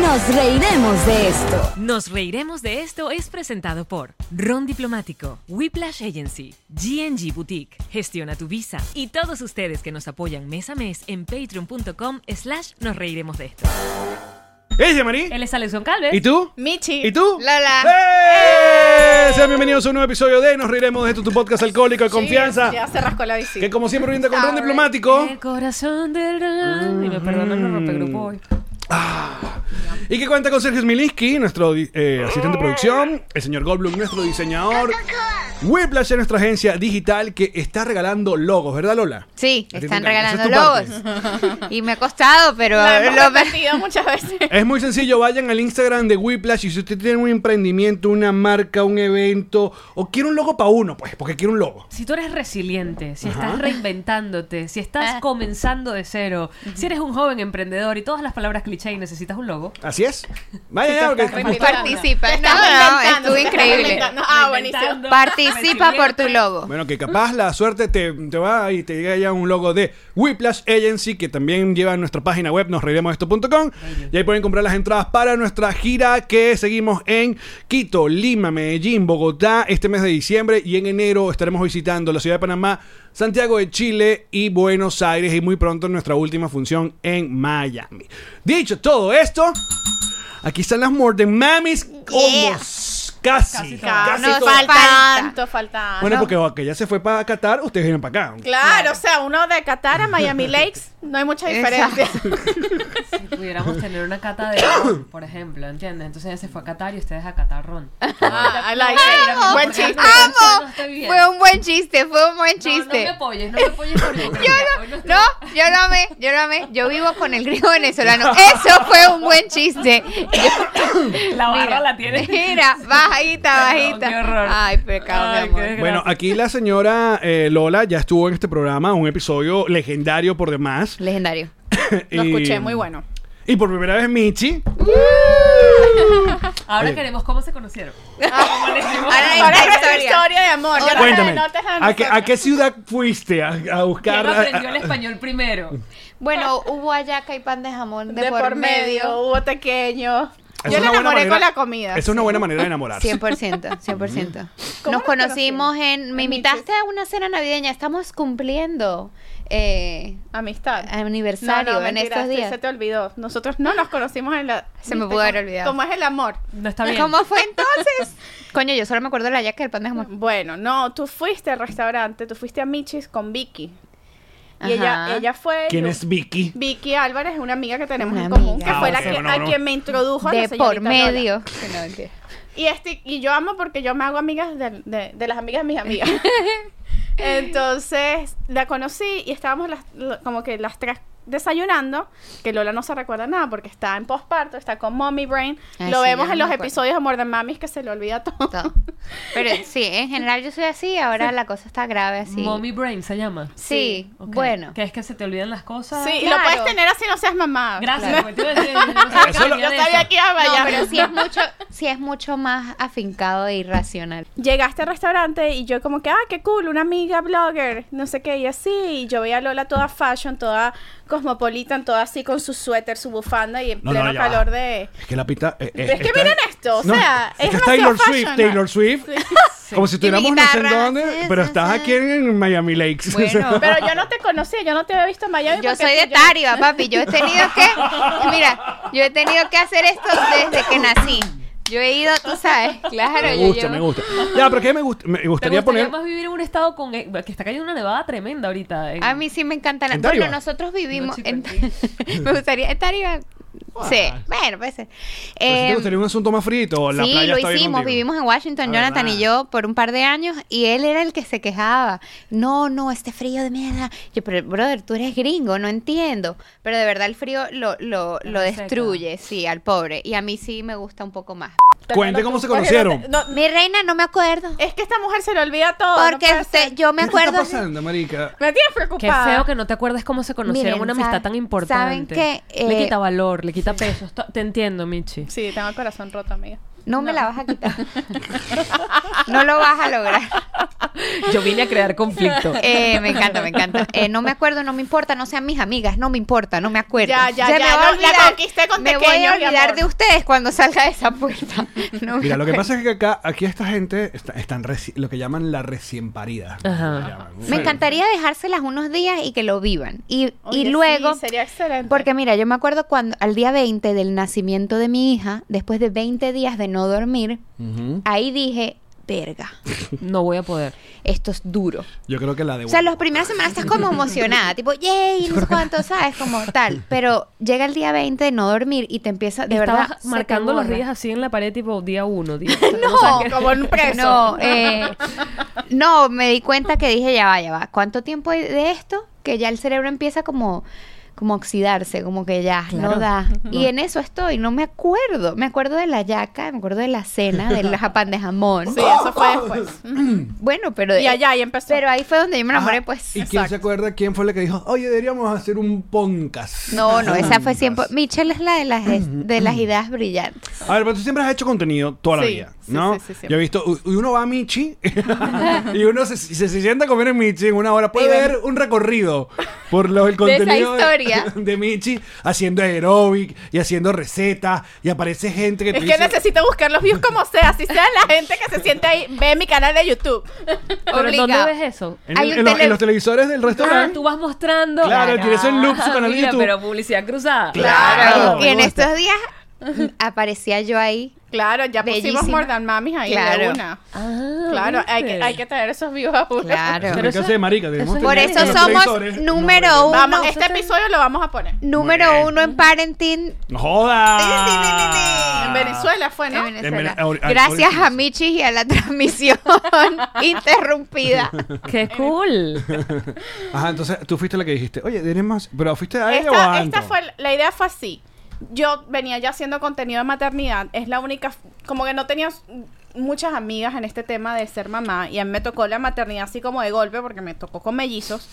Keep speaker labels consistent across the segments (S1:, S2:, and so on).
S1: Nos reiremos de esto.
S2: Nos reiremos de esto es presentado por Ron Diplomático, Whiplash Agency, GNG Boutique, Gestiona tu Visa y todos ustedes que nos apoyan mes a mes en patreon.com slash nos reiremos de esto.
S3: ¡Ella, Marí!
S2: Él es Alexon Calves.
S3: ¿Eh, ¿Y tú?
S4: Michi.
S3: ¿Y tú?
S4: Lola.
S3: ¡Eh! Sean bienvenidos a un nuevo episodio de Nos Riremos de esto, tu podcast alcohólico de confianza.
S4: Ya se rascó la
S3: Que
S4: visita.
S3: como siempre brinda con Ron Diplomático.
S2: El corazón del Ron. Y me perdonan los rompegrupo hoy.
S3: Y que cuenta con Sergio Smilinski, nuestro eh, asistente de producción. El señor Goldblum, nuestro diseñador. Whiplash es nuestra agencia digital que está regalando logos, ¿verdad, Lola?
S5: Sí,
S3: A ti te
S5: están
S3: encanta.
S5: regalando
S3: Esa es tu
S5: lobos. Y me ha costado, pero
S4: La hemos
S5: lo-
S4: repetido muchas veces.
S3: Es muy sencillo, vayan al Instagram de Whiplash y si usted tiene un emprendimiento, una marca, un evento o quiere un logo para uno, pues, porque quiere un logo.
S2: Si tú eres resiliente, si estás reinventándote, si estás
S5: Ah.
S2: comenzando de cero, si eres un joven emprendedor y todas las palabras cliché y necesitas un logo,
S3: Así es. Vayan, porque-
S5: participa.
S4: Estás
S5: No, no,
S4: inventando,
S5: estuvo
S4: estás
S5: increíble.
S4: inventando. Ah, buenísimo.
S2: Reinventando,
S5: Participa por tu
S2: resiliente.
S5: logo.
S3: Bueno, que capaz la suerte te, te va y te llega ya un logo de Whiplash Agency, que también lleva en nuestra página web, nosreiremosesto.com. Y ahí pueden comprar las entradas para nuestra gira que seguimos en Quito, Lima, Medellín, Bogotá este mes de diciembre. Y en enero estaremos visitando la ciudad de Panamá, Santiago de Chile y Buenos Aires. Y muy pronto nuestra última función en Miami. Dicho todo esto, aquí están las Morden Mamis.
S5: Yeah.
S3: Como casi, casi,
S2: todas.
S5: Nos
S3: todas.
S5: falta.
S4: Tanto falta.
S3: Bueno, porque aunque ya se fue para Qatar, ustedes vienen para acá.
S4: Ah, Claro, o sea, uno de Qatar a Miami Lakes no hay mucha diferencia.
S2: si pudiéramos tener una cata de ron, por ejemplo, ¿entiendes? Entonces ella se fue a Qatar y ustedes a Qatar ron.
S4: Ah, I like it.
S2: Amo.
S4: Buen chiste.
S2: Amo.
S5: Oh, pues, ¡Amo!
S2: Estoy bien.
S5: Fue un buen chiste, fue un buen
S2: No, no me
S5: chiste.
S2: apoyes, no me apoyes por mi
S5: yo no, no, yo lo amé, yo lo amé. Yo vivo con el griego venezolano. Eso fue un buen chiste.
S2: La barra la tienes.
S5: Mira, bajita,
S2: Perdón,
S5: bajita.
S2: qué horror.
S5: Ay, pecado,
S2: Ay,
S5: mi
S2: qué
S5: amor.
S3: Bueno, aquí la señora eh, Lola ya estuvo en este programa, un episodio legendario por demás.
S5: Legendario.
S4: Lo
S3: Y-
S4: escuché, muy bueno.
S3: Y por primera vez Michi.
S2: Ahora
S3: Oye.
S2: queremos cómo se conocieron. ¿Cómo les hicimos?
S5: Ahora hay
S4: Ahora es nuestra
S5: historia.
S4: historia de amor. Ya no te
S3: Cuéntame,
S4: denotes a
S3: ¿a qué, a
S4: nosotros.
S3: qué ciudad fuiste a, a buscar?
S2: ¿Quién
S3: a-
S2: aprendió
S3: a-
S2: el español primero?
S5: Bueno, hubo hallaca y pan de jamón de,
S4: de por medio, hubo pequeño.
S3: Es
S4: Yo
S3: una
S4: le
S3: buena
S4: enamoré
S3: manera-
S4: con la comida.
S3: Esa es una buena manera de enamorarse.
S2: Mm.
S5: 100%, 100%.
S4: ¿Cómo
S5: Nos
S4: nos
S5: conocimos en... Me
S4: En
S5: invitaste a una cena navideña. Estamos cumpliendo eh,
S4: Amistad.
S5: aniversario
S4: No, no,
S5: en
S4: mentira,
S5: estos
S4: sí,
S5: días.
S4: Se te olvidó. Nosotros no nos conocimos en la.
S5: Se me
S4: ¿Viste
S5: pudo haber
S4: cómo-
S5: olvidado.
S4: ¿Cómo es el amor?
S2: No está bien.
S5: ¿Cómo fue entonces? Coño, yo solo me acuerdo de la yaca del pan de jamón.
S4: Bueno, no, tú fuiste al restaurante, tú fuiste a Michis con Vicky. Y ella,
S5: Ajá.
S4: ella fue.
S3: ¿Quién
S4: yo-
S3: es Vicky?
S4: Vicky Álvarez es una amiga que tenemos
S5: Una
S4: en común,
S5: amiga.
S4: que
S3: Ah,
S4: fue la
S3: bueno,
S4: que,
S3: no,
S4: a
S3: no.
S4: quien me introdujo a la
S5: De por
S4: señorita Lola.
S5: medio. Que no, mentira.
S4: Y, este, y yo amo porque yo me hago amigas de, de- de las amigas de mis amigas. Entonces la conocí y estábamos las- la- como que las tres desayunando, que Lola no se recuerda nada porque está en posparto, está con Mommy Brain.
S5: Ah,
S4: lo vemos
S5: sí, ya
S4: en
S5: me
S4: los
S5: acuerdo.
S4: episodios de More Than Mamis que se le olvida todo.
S5: Todo. Pero sí, en general yo soy así. Ahora la cosa está grave así.
S2: Mommy Brain se llama.
S5: Sí,
S2: Ok.
S5: bueno.
S2: Que es que se te olvidan las cosas.
S4: Sí, y
S5: Claro.
S4: lo puedes tener así, no seas mamá.
S2: Gracias. porque te iba a decir, yo no sé
S3: Eso
S2: qué
S3: lo-
S4: Yo
S2: venía de
S4: sabía
S2: eso.
S4: que iba a
S5: No,
S4: fallar.
S5: pero sí es mucho, sí es mucho más afincado e irracional.
S4: Llegaste al restaurante y yo como que, ah, qué cool, una amiga blogger, no sé qué, y así, y yo veía a Lola toda fashion, toda cosmopolitan, toda así con su suéter, su bufanda y en
S3: No, no,
S4: pleno
S3: ya va.
S4: calor de...
S3: Es que la pita. eh, eh,
S4: Pero es que
S3: está-
S4: miren esto, o
S3: No,
S4: sea,
S3: es que
S4: es
S3: está Taylor
S4: demasiado
S3: Swift, Taylor Swift. Como si estuviéramos
S5: mi
S3: no sé en
S5: guitarra.
S3: dónde,
S5: Sí,
S3: pero
S5: sí,
S3: estás
S5: sí.
S3: aquí en Miami Lakes.
S5: Bueno,
S6: Pero yo no te conocía, yo no te había visto en Miami.
S5: Yo
S6: porque
S5: soy de
S6: tú- yo-
S5: Tariba, papi. Yo he tenido que. Mira, yo he tenido que hacer esto desde que nací. Yo he ido, tú sabes. Claro,
S3: me
S5: yo
S3: gusta,
S5: llevo-
S3: me gusta. Ya, pero que me, gust- me
S2: ¿Te
S3: gustaría
S2: gustaría
S3: poner.
S2: más vivir en un estado con eh, que está cayendo una nevada tremenda ahorita? eh.
S5: A mí sí me encanta la.
S3: ¿En
S5: Bueno,
S3: Tariba?
S5: nosotros
S2: No,
S5: vivimos.
S2: chico,
S5: en-
S2: aquí.
S5: me gustaría. ¿En Tariba? Sí, bueno, puede
S3: pero
S5: ser.
S3: Pues si
S5: Em,
S3: te gustaría un asunto más frito. La
S5: sí,
S3: playa
S5: lo
S3: está bien
S5: hicimos.
S3: contigo.
S5: Vivimos en Washington,
S3: Ah,
S5: Jonathan
S3: verdad.
S5: y yo, por un par de años. Y él era el que se quejaba. No, no, este frío de mierda. Yo, pero brother, tú eres gringo, no entiendo. Pero de verdad el frío lo, lo, lo
S2: reseca.
S5: destruye, sí, al pobre. Y a mí sí me gusta un poco más.
S3: Cuente cómo se conocieron.
S6: No,
S5: Mi reina, no me acuerdo.
S6: es que esta mujer se le olvida todo. no
S5: Porque
S6: puede
S5: usted-
S6: ser.
S5: yo me
S3: ¿Qué te está
S5: acuerdo.
S3: pasando, marica?
S6: Me tienes
S2: Qué
S6: preocupada.
S2: feo que no te acuerdes cómo se conocieron,
S5: Miren,
S2: una amistad
S5: ¿saben-
S2: tan importante.
S5: saben qué?
S2: le
S5: Eh,
S2: quita valor, le quita peso. Esto- Te entiendo, Michi.
S6: Sí, tengo el corazón roto, amiga.
S5: No, me la vas a quitar. no lo vas a lograr.
S2: Yo vine a crear conflicto.
S5: Eh, me encanta, me encanta. Eh, no me acuerdo, no me importa, no sean mis amigas, no me importa, no me acuerdo.
S6: Ya, ya,
S5: me
S6: ya,
S5: voy a
S6: la- la
S5: olvidar-
S6: conquisté con
S5: Me voy a
S6: pequeños, mi
S5: olvidar
S6: amor.
S5: de ustedes cuando salga de esa puerta. No me
S3: Mira, lo que
S5: acuerdo.
S3: pasa es que acá, aquí esta gente está- están reci- lo que llaman la recién parida.
S2: Ajá.
S3: Lo llaman.
S5: Me encantaría dejárselas unos días y que lo vivan. Y,
S6: Oye,
S5: y luego,
S6: sí, sería excelente.
S5: porque mira, yo me acuerdo cuando al día 20 del nacimiento de mi hija, después de 20 días de no dormir,
S3: Ujú.
S5: ahí dije, verga,
S2: No voy a poder.
S5: esto es duro.
S3: Yo creo que la de
S5: O sea, las primeras semanas estás como emocionada, tipo, yay, no sé cuánto, ¿sabes? Como tal. Pero llega el día 20 de no dormir y te empieza, de
S2: Estabas
S5: verdad. se te
S2: marcando los
S5: borra.
S2: días así en la pared, tipo día uno. Día,
S5: No, como un preso. No, eh, no, me di cuenta que dije, ya va, ya va. ¿Cuánto tiempo hay de esto? Que ya el cerebro empieza como como a oxidarse, como que ya no
S2: Claro.
S5: da. Y en eso estoy, no me acuerdo. Me acuerdo de la yaca, me acuerdo de la cena, del japán de jamón.
S6: Sí, eso fue después.
S5: Bueno, pero eh,
S6: Y allá, y empezó.
S5: pero ahí fue donde yo me enamoré,
S3: Ajá.
S5: pues.
S3: ¿Y quién se acuerda quién fue la que dijo, oye, deberíamos hacer un podcast?
S5: No, no, esa fue
S3: Podcast.
S5: siempre. Michelle es la de las, de las ideas brillantes.
S3: A ver, pero tú siempre has hecho contenido toda la
S6: Sí,
S3: vida,
S6: sí,
S3: ¿no?
S6: sí, sí, siempre.
S3: Yo he visto, u- uno va a Michi y uno se, se, se sienta a comer en Michi en una hora. Puede ver un recorrido por lo, el
S5: De esa
S3: contenido
S5: historia.
S3: de Michi haciendo aeróbic y haciendo recetas y aparece gente que te
S6: Es que
S3: dice-
S6: necesito buscar los views como sea, así sea la gente que se siente ahí, ve mi canal de YouTube.
S2: ¿Pero
S5: Obligado.
S2: dónde ves eso?
S3: en,
S5: hay
S3: el-
S5: un
S3: en los,
S5: tele-
S3: en los televisores del
S2: Ah,
S3: restaurante.
S2: tú vas mostrando.
S3: Claro,
S2: Ah,
S3: tienes en loop su canal de
S2: mira,
S3: YouTube.
S2: Pero publicidad cruzada.
S3: Claro,
S5: y en
S3: me gusta.
S5: estos días mm, aparecía yo ahí.
S6: Claro, ya pusimos
S5: Bellísima.
S6: More Than Mamis ahí de
S5: Claro.
S6: una.
S2: Ah,
S6: Claro, hay que,
S2: ¿viste?
S6: hay que traer esos views a una.
S3: Me
S5: Claro.
S3: alcancé de marica, tenemos
S2: es-
S5: Por
S3: que-
S5: Ah, eso
S3: en los
S5: somos
S3: televisores,
S5: número uno.
S6: Vamos, este episodio lo vamos a poner.
S3: Muy bien.
S5: Número uno en parenting.
S3: ¡No joda!
S6: En Venezuela fue,
S5: en
S6: ¿no?
S5: Venezuela.
S3: Vene- ahor-
S5: Gracias
S3: ahorita.
S5: a Michi y a la transmisión interrumpida.
S2: ¡Qué cool!
S3: Ajá, entonces tú fuiste la que dijiste, oye, tenemos. Pero fuiste a ella o a
S6: Esta, esta
S3: Anton?
S6: fue, la idea fue así. Yo venía ya haciendo contenido de maternidad. Es la única, f- como que no tenía s- muchas amigas en este tema de ser mamá. Y a mí me tocó la maternidad así como de golpe porque me tocó con mellizos.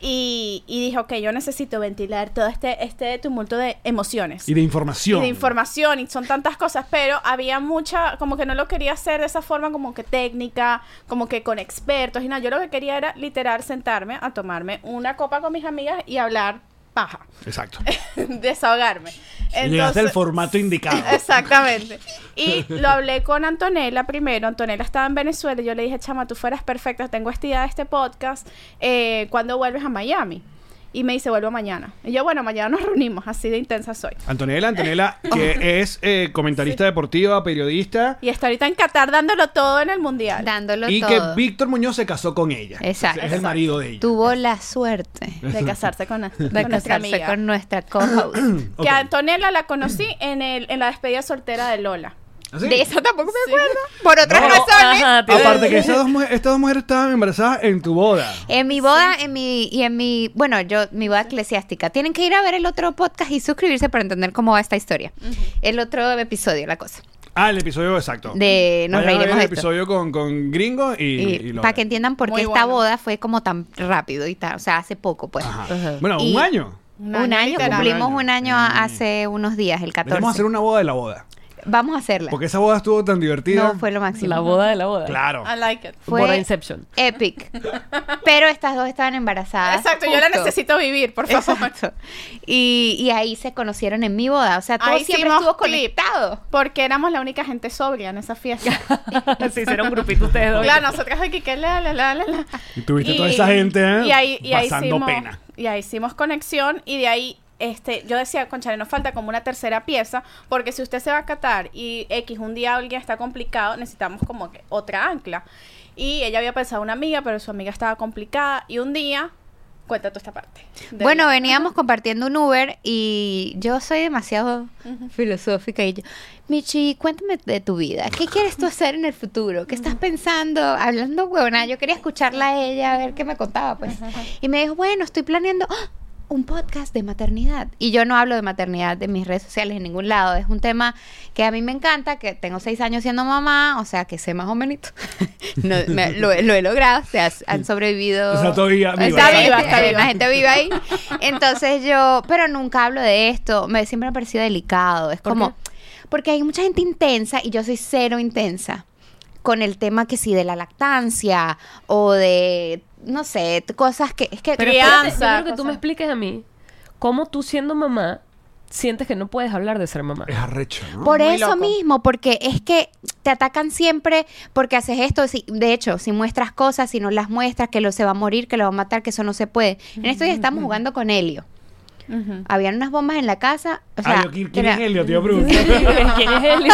S6: Y, y dije, ok, yo necesito ventilar todo este, este tumulto de emociones.
S3: Y de información.
S6: Y de información, y son tantas cosas, pero había mucha, como que no lo quería hacer de esa forma como que técnica, como que con expertos, y nada, yo lo que quería era literal sentarme a tomarme una copa con mis amigas y hablar paja,
S3: Exacto.
S6: desahogarme.
S3: Y Llegaste al formato indicado.
S6: Exactamente. Y lo hablé con Antonella primero. Antonella estaba en Venezuela. y Yo le dije, chama, tú fueras perfecta. Tengo esta idea de este podcast. Eh, ¿Cuándo vuelves a Miami? Y me dice, vuelvo mañana. Y yo, bueno, mañana nos reunimos. Así de intensa soy.
S3: Antonella, Antonella, que es eh, comentarista deportiva, periodista.
S6: Y está ahorita en Qatar dándolo todo en el mundial.
S5: Dándolo
S3: Y que
S5: todo.
S3: Víctor Muñoz se casó con ella.
S5: Exacto.
S3: Es el marido de ella.
S5: Tuvo la suerte
S6: de casarse con, con
S5: de casarse
S6: nuestra amiga.
S5: con nuestra co-host.
S3: Ok.
S6: Que a Antonella la conocí en, el, en la despedida soltera de Lola.
S3: ¿Ah, sí?
S5: De eso tampoco me
S6: Sí.
S5: acuerdo. Por otras
S3: No.
S5: razones.
S2: Ajá, tío.
S3: Aparte que esas dos mujer- estas dos mujeres estaban embarazadas en tu boda.
S5: En mi boda, en mi, y en mi, bueno, yo, mi boda eclesiástica. Tienen que ir a ver el otro podcast y suscribirse para entender cómo va esta historia. El otro episodio, la cosa.
S3: Ah, el episodio exacto.
S5: De
S3: Vayan a
S5: Nos
S3: ver
S5: reiremos de
S3: el
S5: esto.
S3: episodio con, con Gringo y, y Lola.
S5: para que entiendan por qué
S6: Muy
S5: esta
S6: bueno.
S5: boda fue como tan rápido y tal, o sea, hace poco, pues.
S3: Ajá.
S2: Ajá.
S3: Bueno,
S5: Y-
S3: un año.
S5: Un año,
S6: literal.
S5: cumplimos
S3: Un año.
S5: un año
S3: Mm.
S5: hace unos días, el 14.
S3: Vamos a hacer una boda de la boda.
S5: Vamos a hacerla.
S3: Porque este esa boda estuvo tan divertida.
S5: No, fue lo máximo.
S2: La boda de la boda.
S3: Claro.
S6: I like it.
S5: Fue
S2: Boda Inception.
S5: Epic. Pero estas dos estaban embarazadas.
S6: Exacto, yo
S5: Ah,
S6: la
S5: justo.
S6: necesito vivir, por favor.
S5: Exacto. Y, y ahí se conocieron en mi boda. O sea, todo
S6: Ahí
S5: siempre
S6: hicimos
S5: estuvo
S6: clip.
S5: conectado.
S6: Porque éramos la única gente sobria en esa fiesta.
S2: Se hicieron grupito ustedes dos.
S6: claro, nosotras aquí que la, la, la, la, la.
S3: Y tuviste toda esa gente, ¿eh?
S6: y ahí, y ahí
S3: pasando
S6: hicimos,
S3: pena.
S6: Y ahí hicimos conexión y de ahí este, yo decía, conchale, nos falta como una tercera pieza, porque si usted se va a Catar y X un día alguien está complicado, necesitamos como que otra ancla. Y ella había pensado una amiga, pero su amiga estaba complicada y un día, cuenta tú esta parte. De-
S5: Bueno, eh, veníamos compartiendo un Uber y yo soy demasiado filosófica y yo, Michi, cuéntame de tu vida. ¿Qué quieres tú hacer en el futuro? ¿Qué estás pensando? Hablando huevona, yo quería escucharla a ella, a ver qué me contaba, pues. Y me dijo, bueno, estoy planeando ¡ah! un podcast de maternidad. Y yo no hablo de maternidad en mis redes sociales en ningún lado. Es un tema que a mí me encanta, que tengo seis años siendo mamá, o sea, que sé más o menos. No, me- lo, lo he logrado, o sea, han sobrevivido.
S3: O sea, todavía viva,
S5: Está
S3: exacto.
S5: viva, está viva. La gente vive ahí. Entonces yo, pero nunca hablo de esto. Me siempre me ha parecido delicado. Es como, porque hay mucha gente intensa y yo soy cero intensa con el tema que sí de la lactancia o de, no sé, t- cosas que es que e,
S2: Pero
S6: Crianza,
S2: espérate, yo quiero que tú
S6: cosas.
S2: me expliques a mí cómo tú siendo mamá sientes que no puedes hablar de ser mamá.
S3: Es arrecho, ¿no?
S5: Por
S6: Muy
S5: eso
S6: loco.
S5: mismo, porque es que te atacan siempre porque haces esto. si- de hecho, si muestras cosas, si no las muestras, que lo se va a morir, que lo va a matar, que eso no se puede. En estos días estamos jugando con Helio.
S6: Ujú.
S5: Habían unas bombas en la casa. O sea,
S3: ah, yo, ¿quién, quién
S5: era-
S3: es Helio? Te iba a preguntar.
S2: ¿Quién es él?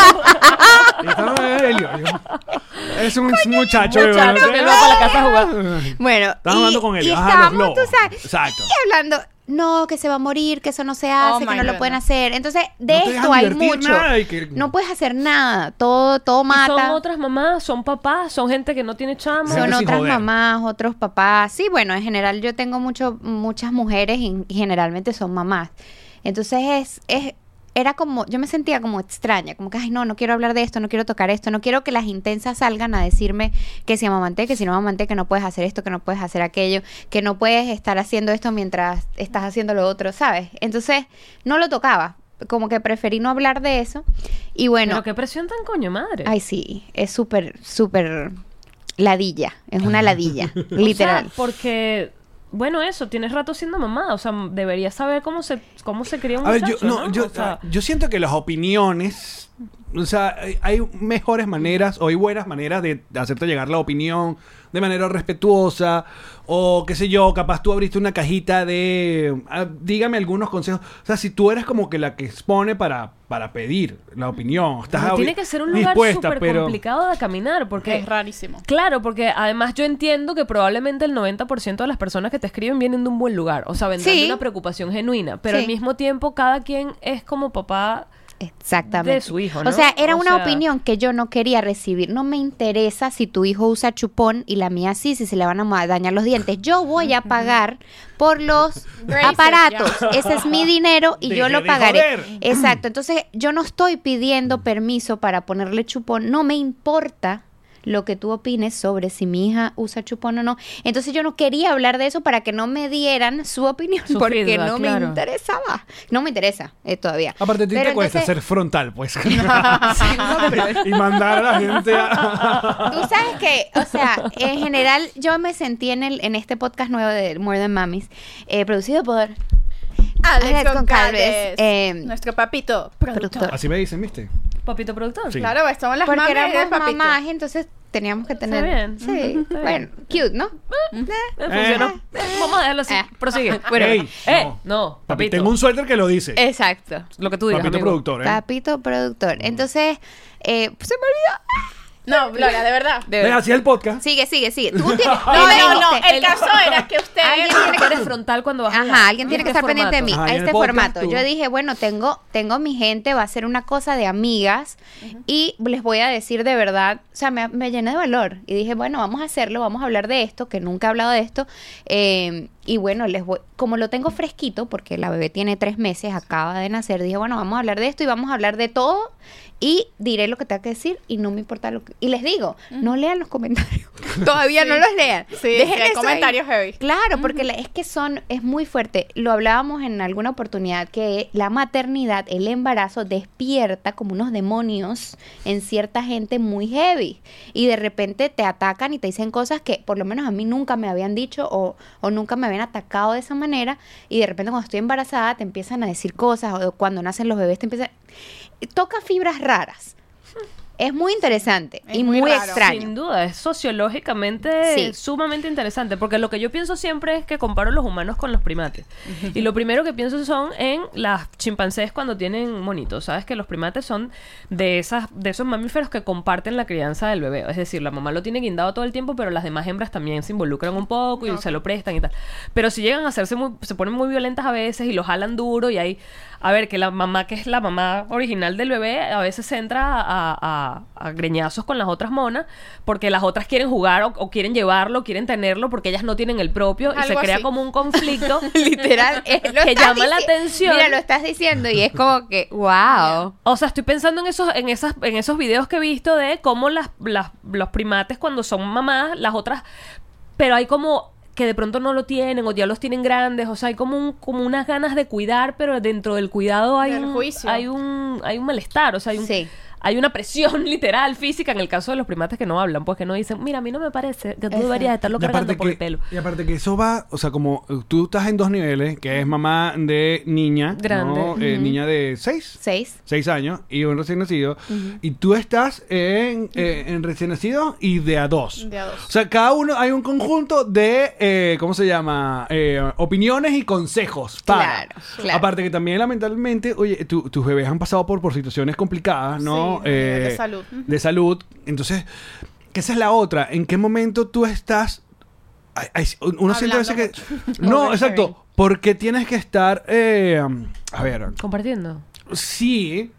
S3: Estaba Helio. yo- Es un muchacho.
S2: Muchacho
S3: ¿verdad?
S2: que va para la casa a jugar.
S5: Bueno,
S3: Estaba hablando con Helio.
S5: y
S3: Ajá, los
S5: estábamos, tú
S3: globos.
S5: sabes,
S3: Exacto.
S5: y hablando, no, que se va a morir, que eso no se hace, que
S6: Oh my
S5: no lo pueden
S6: goodness.
S5: hacer. Entonces, de
S3: No te
S5: esto
S3: dejan
S5: hay
S3: divertir
S5: mucho.
S3: nada y que-
S5: No puedes hacer nada, todo, todo
S2: Y
S5: mata.
S2: Son otras mamás, son papás, son gente que no tiene chamos.
S3: Gente
S5: Son
S3: sin
S5: otras
S3: joder.
S5: mamás, otros papás. Sí, bueno, en general yo tengo mucho, muchas mujeres y y generalmente son mamás. Entonces es, es, era como, yo me sentía como extraña, como que, ay, no, no quiero hablar de esto, no quiero tocar esto, no quiero que las intensas salgan a decirme que si amamanté, que si no amamanté, que no puedes hacer esto, que no puedes hacer aquello, que no puedes estar haciendo esto mientras estás haciendo lo otro, ¿sabes? Entonces no lo tocaba, como que preferí no hablar de eso. Y bueno,
S2: Pero qué presión tan coño madre.
S5: Ay, sí, es súper, súper ladilla, es una ladilla, literal.
S2: O sea, porque, bueno, eso, tienes rato siendo mamá. O sea, deberías saber cómo se, cómo se cría un
S3: A ver, yo,
S2: muchacho,
S3: no,
S2: ¿no?
S3: yo, ah,
S2: O sea,
S3: yo siento que las opiniones. O sea, hay- hay mejores maneras o hay buenas maneras de hacerte llegar la opinión de manera respetuosa o qué sé yo, capaz tú abriste una cajita de, ah, dígame algunos consejos. O sea, si tú eres como que la que expone para, para pedir la opinión, estás
S2: pero
S3: abri-
S2: tiene que ser un lugar
S3: dispuesta,
S2: súper
S3: pero-
S2: complicado de caminar porque...
S6: Es rarísimo.
S2: Claro, porque además yo entiendo que probablemente el 90% de las personas que te escriben vienen de un buen lugar, o sea, vendrán
S5: Sí.
S2: de una preocupación genuina, pero
S5: Sí.
S2: al mismo tiempo cada quien es como papá.
S5: Exactamente.
S2: de su hijo, ¿no?
S5: O sea, era
S2: O
S5: una
S2: sea-
S5: opinión que yo no quería recibir. No me interesa si tu hijo usa chupón y la mía sí, si se le van a ma- dañar los dientes. Yo voy a pagar por los
S6: Braces,
S5: aparatos. Ese es mi dinero y yo
S3: Deje
S5: lo
S3: de
S5: pagaré.
S3: joder.
S5: Exacto. Entonces, yo no estoy pidiendo permiso para ponerle chupón. No me importa lo que tú opines sobre si mi hija usa chupón o no. Entonces yo no quería hablar de eso para que no me dieran su opinión
S2: Su
S5: porque
S2: feedback,
S5: no me
S2: claro.
S5: interesaba. No me interesa eh, todavía.
S3: Aparte, a ti
S5: Pero
S3: te cuesta ser
S5: entonces-
S3: frontal, pues. y mandar a la gente a...
S5: Tú sabes que, o sea, en general yo me sentí en, el, en este podcast nuevo de More Than Mamis, eh, producido por...
S6: Alex
S5: Alex
S6: Goncalves,
S5: Goncalves, eh,
S6: nuestro papito productor.
S5: productor.
S3: Así me dicen, ¿viste?
S2: Papito productor.
S3: Sí.
S6: Claro, estamos las
S5: Porque
S6: mamas y el
S5: éramos
S6: papito.
S5: mamás, entonces teníamos que tener...
S2: eh, bien.
S5: Sí,
S2: Está bien.
S5: bueno, cute, ¿no?
S2: Eh, funcionó. Vamos a dejarlo así.
S5: Ah.
S2: Prosigue.
S5: Bueno,
S3: Ey,
S2: Eh,
S3: no.
S2: no,
S3: Papi,
S2: papito.
S3: tengo un suéter que lo dice.
S5: Exacto.
S2: Lo que tú digas,
S3: Papito
S2: amigo.
S3: productor, ¿eh?
S5: Papito productor.
S6: Mm.
S5: Entonces, eh, se me olvidó.
S6: No, Gloria, de verdad.
S3: Ven, así el podcast.
S5: Sigue, sigue, sigue. Tú tienes...
S6: No,
S5: Él
S6: no, no.
S5: dijiste-
S6: El caso era que usted
S5: Alguien
S2: Tiene que ser frontal cuando vas a hablar.
S5: Ajá, alguien tiene que
S2: Este
S5: estar pendiente de mí.
S3: formato. Ajá, y en
S5: a este
S3: el podcast
S5: formato.
S3: tú.
S5: Yo dije, bueno, tengo, tengo mi gente, va a ser una cosa de amigas y les voy a decir de verdad, o sea, me, me llené de valor. Y dije, bueno, vamos a hacerlo, vamos a hablar de esto, que nunca he hablado de esto. eh, y bueno, les voy, como lo tengo fresquito, porque la bebé tiene tres meses, acaba de nacer, dije, bueno, vamos a hablar de esto y vamos a hablar de todo y diré lo que tenga que decir y no me importa lo que... Y les digo, no lean los comentarios. Todavía no los lean.
S6: Sí, sí, hay
S5: eso ahí.
S6: comentarios heavy.
S5: Claro, porque la- es que son, es muy fuerte. Lo hablábamos en alguna oportunidad que la maternidad, el embarazo despierta como unos demonios en cierta gente muy heavy. Y de repente te atacan y te dicen cosas que por lo menos a mí nunca me habían dicho o, o nunca me habían atacado de esa manera. Y de repente cuando estoy embarazada te empiezan a decir cosas o cuando nacen los bebés te empiezan... Toca fibras raras. Es muy interesante
S6: Hmm. Es
S5: y
S6: muy
S5: muy,
S6: raro.
S5: extraño.
S2: Sin duda, es sociológicamente
S5: Sí.
S2: sumamente interesante, porque lo que yo pienso siempre es que comparo los humanos con los primates. Y lo primero que pienso son en las chimpancés cuando tienen monitos. Sabes que los primates son de esas de esos mamíferos que comparten la crianza del bebé, es decir, la mamá lo tiene guindado todo el tiempo, pero las demás hembras también se involucran un poco y se lo prestan y tal. Pero si llegan a hacerse muy se ponen muy violentas a veces y los jalan duro y hay a ver que la mamá que es la mamá original del bebé a veces se entra a, a- a greñazos con las otras monas porque las otras quieren jugar o, o quieren llevarlo, quieren tenerlo porque ellas no tienen el propio y se
S6: Algo
S2: crea
S6: así.
S2: como un conflicto
S5: literal es- lo
S2: que
S5: estás
S2: llama la
S5: dici-
S2: atención.
S5: Mira, lo estás diciendo y es como que, wow.
S2: O sea, estoy pensando en esos, en esas, en esos videos que he visto de cómo las, las- los primates cuando son mamás, las otras, pero hay como que de pronto no lo tienen o ya los tienen grandes, o sea, hay como un, como unas ganas de cuidar, pero dentro del cuidado hay
S6: Del
S2: un,
S6: juicio.
S2: hay un, hay un malestar, o sea, hay un-
S5: Sí.
S2: hay una presión literal física en el caso de los primates que no hablan, pues que no dicen, mira, a mí no me parece que tú deberías estarlo
S3: Y
S2: cargando
S3: aparte,
S2: por el
S3: que,
S2: pelo.
S3: y aparte que eso va, o sea, como eh, tú estás en dos niveles, que es mamá de niña,
S2: Grande.
S3: ¿no? Eh, niña de seis,
S5: Seis.
S3: seis años y un recién nacido, y tú estás en, eh, en recién nacido y de a dos.
S6: De a dos.
S3: O sea, cada uno hay un conjunto de, eh, ¿cómo se llama? Eh, opiniones y consejos. Para.
S5: Claro, claro.
S3: Aparte que también lamentablemente, oye, tu- tus bebés han pasado por, por situaciones complicadas, ¿no? eh,
S6: Sí, a nivel de salud.
S3: De salud. Entonces, que esa es la otra. ¿En qué momento tú estás... ay, ay, uno siente a veces que... No, exacto. Porque tienes que estar... eh, a ver,
S2: Compartiendo.
S3: Sí,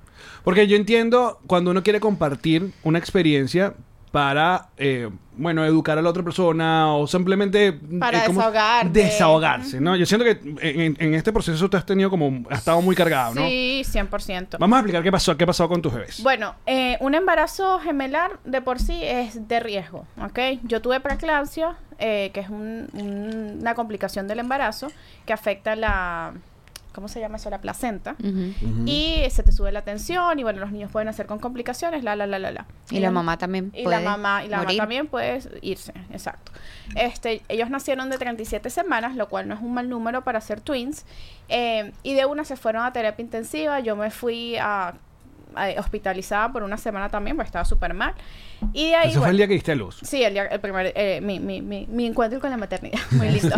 S3: porque yo entiendo cuando uno quiere compartir una experiencia para, eh, bueno, educar a la otra persona o simplemente... mm, eh,
S6: Para
S3: como
S6: desahogarte.
S3: Desahogarse, ¿no? Yo siento que en, en este proceso tú has tenido como... Has estado muy cargado, ¿no?
S6: Sí, 100%.
S3: Vamos a explicar qué pasó, qué pasó con tus bebés.
S6: Bueno, eh, un embarazo gemelar de por sí es de riesgo, ¿ok? Yo tuve preeclampsia, eh, que es un- un- una complicación del embarazo que afecta la, ¿cómo se llama eso? La placenta. Y se te sube la tensión y bueno, los niños pueden hacer con complicaciones, la, la, la, la, la.
S5: Y la mamá también.
S6: Y la
S5: puede
S6: mamá, y la mamá
S5: morir.
S6: también puede irse, exacto. Este, ellos nacieron de 37 semanas, lo cual no es un mal número para ser twins. eh, y de una se fueron a terapia intensiva, yo me fui a, a- hospitalizada por una semana también, porque estaba súper mal. Y de ahí...
S3: Ese fue el
S6: bueno,
S3: día que diste a luz.
S6: Sí, el, día- el primer, eh, mi, mi, mi, mi encuentro con la maternidad. Muy lindo.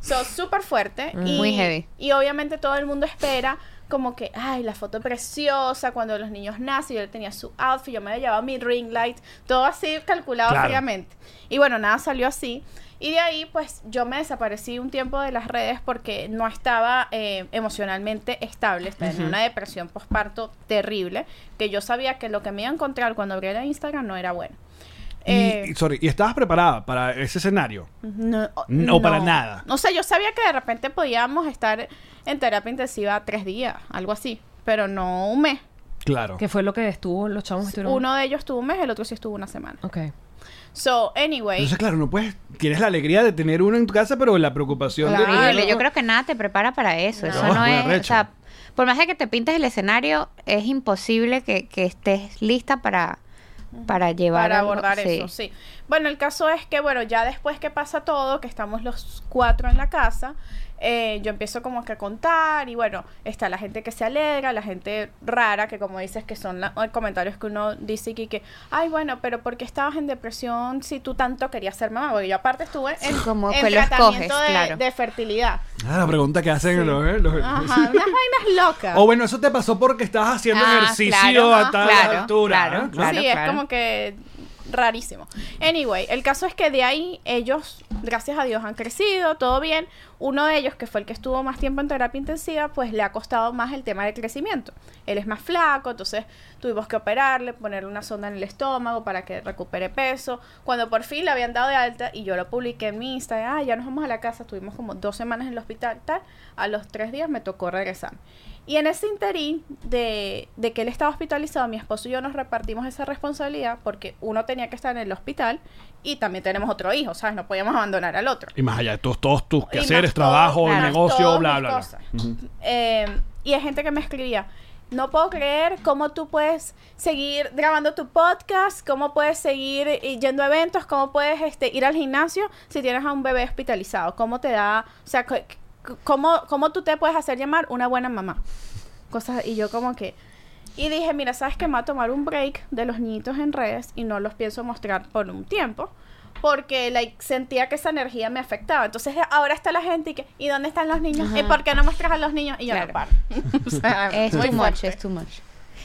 S6: so, súper fuerte.
S5: Mm,
S6: Y,
S5: Muy heavy.
S6: Y obviamente todo el mundo espera como que, ay, la foto preciosa cuando los niños nacen. Yo le tenía su outfit, yo me había llevado mi ring light. Todo así calculado
S3: Claro.
S6: fríamente. Y bueno, nada salió así. Y de ahí, pues, yo me desaparecí un tiempo de las redes porque no estaba eh, emocionalmente estable. Estaba en una depresión postparto terrible. Que yo sabía que lo que me iba a encontrar cuando abriera Instagram no era bueno.
S3: Y-
S6: Eh,
S3: y, sorry, ¿y estabas preparada para ese escenario?
S6: no,
S3: No, para nada.
S6: O sea, yo sabía que de repente podíamos estar en terapia intensiva tres días, algo así, pero no un mes.
S3: Claro.
S2: Que fue lo que estuvo, los chavos estuvieron.
S6: Uno de ellos estuvo un mes, el otro sí estuvo una semana.
S2: Ok.
S6: So, anyway,
S3: Entonces, claro, no puedes... Tienes la alegría de tener uno en tu casa, pero la preocupación de...
S5: Horrible. Yo creo que nada te prepara para eso. Eso
S3: No,
S5: no
S3: muy
S5: es.
S3: arrecho.
S5: O sea, por más de que te pintes el escenario, es imposible que, que estés lista para, para llevar.
S6: para
S5: algo-
S6: abordar eso, sí. Bueno, el caso es que, bueno, ya después que pasa todo, que estamos los cuatro en la casa, eh, yo empiezo como que a contar y bueno, está la gente que se alegra, la gente rara, que como dices que son la- hay comentarios que uno dice que, que, ay, bueno, pero ¿por qué estabas en depresión si tú tanto querías ser mamá? Porque yo aparte estuve en,
S5: Sí, como
S6: en
S5: que lo
S6: tratamiento
S5: escoges,
S6: de,
S5: claro.
S6: de fertilidad.
S3: Ah, la pregunta que hacen los- los-
S6: Ajá, unas vainas locas.
S3: O bueno, eso te pasó porque estabas haciendo
S5: Ah,
S3: ejercicio
S5: claro,
S3: a tal
S5: claro,
S3: altura.
S5: claro,
S3: ¿eh?
S5: claro.
S6: sí, es como que rarísimo. Anyway, el caso es que de ahí ellos, gracias a Dios, han crecido, todo bien. Uno de ellos, que fue el que estuvo más tiempo en terapia intensiva, pues le ha costado más el tema del crecimiento. Él es más flaco, entonces tuvimos que operarle, ponerle una sonda en el estómago para que recupere peso. Cuando por fin le habían dado de alta y yo lo publiqué en mi Instagram, ah, ya nos vamos a la casa, estuvimos como dos semanas en el hospital, tal, a los tres días me tocó regresar. Y en ese interín de, de que él estaba hospitalizado, mi esposo y yo nos repartimos esa responsabilidad porque uno tenía que estar en el hospital y también tenemos otro hijo, ¿sabes? No podíamos abandonar al otro.
S3: Y más allá de todos, todos tus
S6: Y más
S3: quehaceres,
S6: todo-
S3: trabajo,
S6: más
S3: negocio,
S6: todas
S3: bla,
S6: mis
S3: bla, bla.
S6: cosas. Eh, y hay gente que me escribía, no puedo creer cómo tú puedes seguir grabando tu podcast, cómo puedes seguir eh, yendo a eventos, cómo puedes este, ir al gimnasio si tienes a un bebé hospitalizado, cómo te da, o sea, c- c- cómo, cómo tú te puedes hacer llamar una buena mamá. Cosas, y yo como que... Y dije, mira, ¿sabes que Me voy a tomar un break de los niñitos en redes y no los pienso mostrar por un tiempo. Porque like, sentía que esa energía me afectaba. Entonces ahora está la gente y que, ¿y dónde están los niños? ¿Y por qué no muestras a los niños? Y yo no paro. O sea,
S5: Es
S6: muy
S5: too much,
S6: fuerte.
S5: es too much.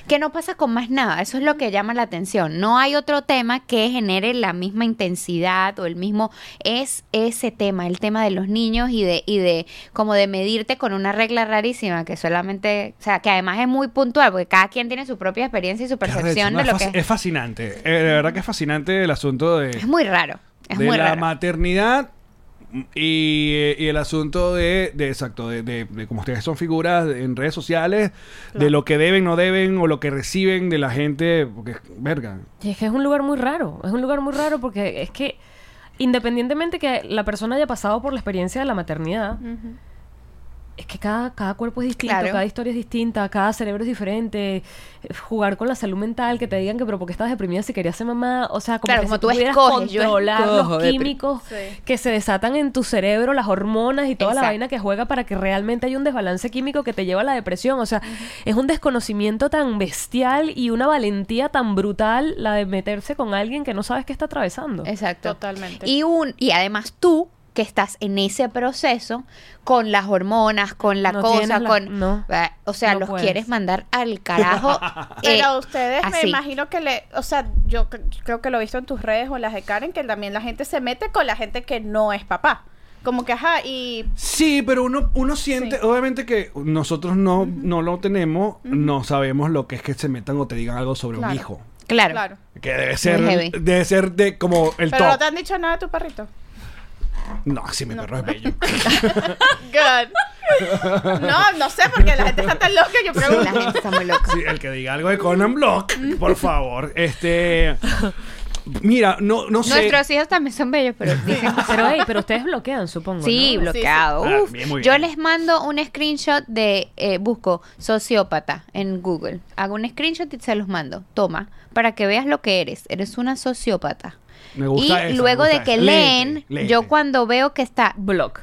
S5: Que no pasa con más nada, eso es lo que llama la atención. No hay otro tema que genere la misma intensidad o el mismo es ese tema, el tema de los niños y de y de como de medirte con una regla rarísima que solamente, o sea, que además es muy puntual porque cada quien tiene su propia experiencia y su
S3: Qué arrecho,
S5: percepción
S3: ¿no?
S5: de
S3: es,
S5: lo
S3: faci-
S5: que es.
S3: es fascinante. Eh, de verdad que es fascinante el asunto de,
S5: Es muy raro, es
S3: de
S5: muy
S3: la
S5: raro.
S3: maternidad y, eh, y el asunto de, de- exacto, de, de- de como ustedes son figuras en redes sociales, de lo que deben, no deben, o lo que reciben de la gente, porque, verga,
S2: Y es que es un lugar muy raro, es un lugar muy raro porque es que independientemente que la persona haya pasado por la experiencia de la maternidad, es que cada, cada cuerpo es distinto,
S5: Claro.
S2: cada historia es distinta, cada cerebro es diferente, eh, jugar con la salud mental, que te digan que pero porque estabas deprimida si querías ser mamá, o sea, como
S5: Claro,
S2: que
S5: como
S2: si
S5: tú
S2: pudieras
S5: escoges, yo
S2: controlar
S5: escojo
S2: los
S5: deprim-
S2: químicos
S6: Sí.
S2: que se desatan en tu cerebro, las hormonas y toda la
S5: Exacto.
S2: vaina que juega para que realmente haya un desbalance químico que te lleva a la depresión. O sea, es un desconocimiento tan bestial y una valentía tan brutal la de meterse con alguien que no sabes qué está atravesando.
S5: Exacto.
S6: Totalmente.
S5: Y un y además tú que estás en ese proceso con las hormonas, con la
S2: No
S5: cosa,
S2: tienes la-
S5: con
S2: no.
S5: eh, o sea,
S2: No
S5: los
S2: puedes.
S5: quieres mandar al carajo. eh,
S6: Pero a ustedes me
S5: así.
S6: imagino que le, o sea, yo cre- creo que lo he visto en tus redes o en las de Karen, que también la gente se mete con la gente que no es papá. Como que, ajá, y
S3: Sí, pero uno, uno siente, obviamente que nosotros no, no lo tenemos, no sabemos lo que es que se metan o te digan algo sobre
S6: Claro.
S3: un hijo.
S5: Claro.
S6: claro.
S3: Que debe ser,
S5: heavy.
S3: debe ser de como el
S6: Pero no te
S3: top.
S6: han dicho nada de tu perrito.
S3: No, sí, mi perro es bello.
S6: Good. No, no sé, porque la gente está tan loca, yo pregunto.
S5: La gente está muy loca.
S3: Sí, el que diga algo de Conan Block, por favor. Este. Mira, no, no sé.
S5: Nuestros hijos también son bellos, pero dicen que
S2: Pero, hey, pero ustedes bloquean, supongo.
S5: Sí,
S2: ¿no?
S5: bloqueado.
S3: Sí, sí. Ah,
S5: Uf.
S3: bien, muy
S5: Yo
S3: bien.
S5: les mando un screenshot de, eh, busco sociópata en Google. Hago un screenshot y se los mando. Toma, para que veas lo que eres. Eres una sociópata.
S3: Me gusta
S5: y
S3: esa,
S5: luego
S3: me
S5: de
S3: gusta
S5: que
S3: esa.
S5: leen,
S3: Léete, léete.
S5: yo cuando veo que está,
S2: Block.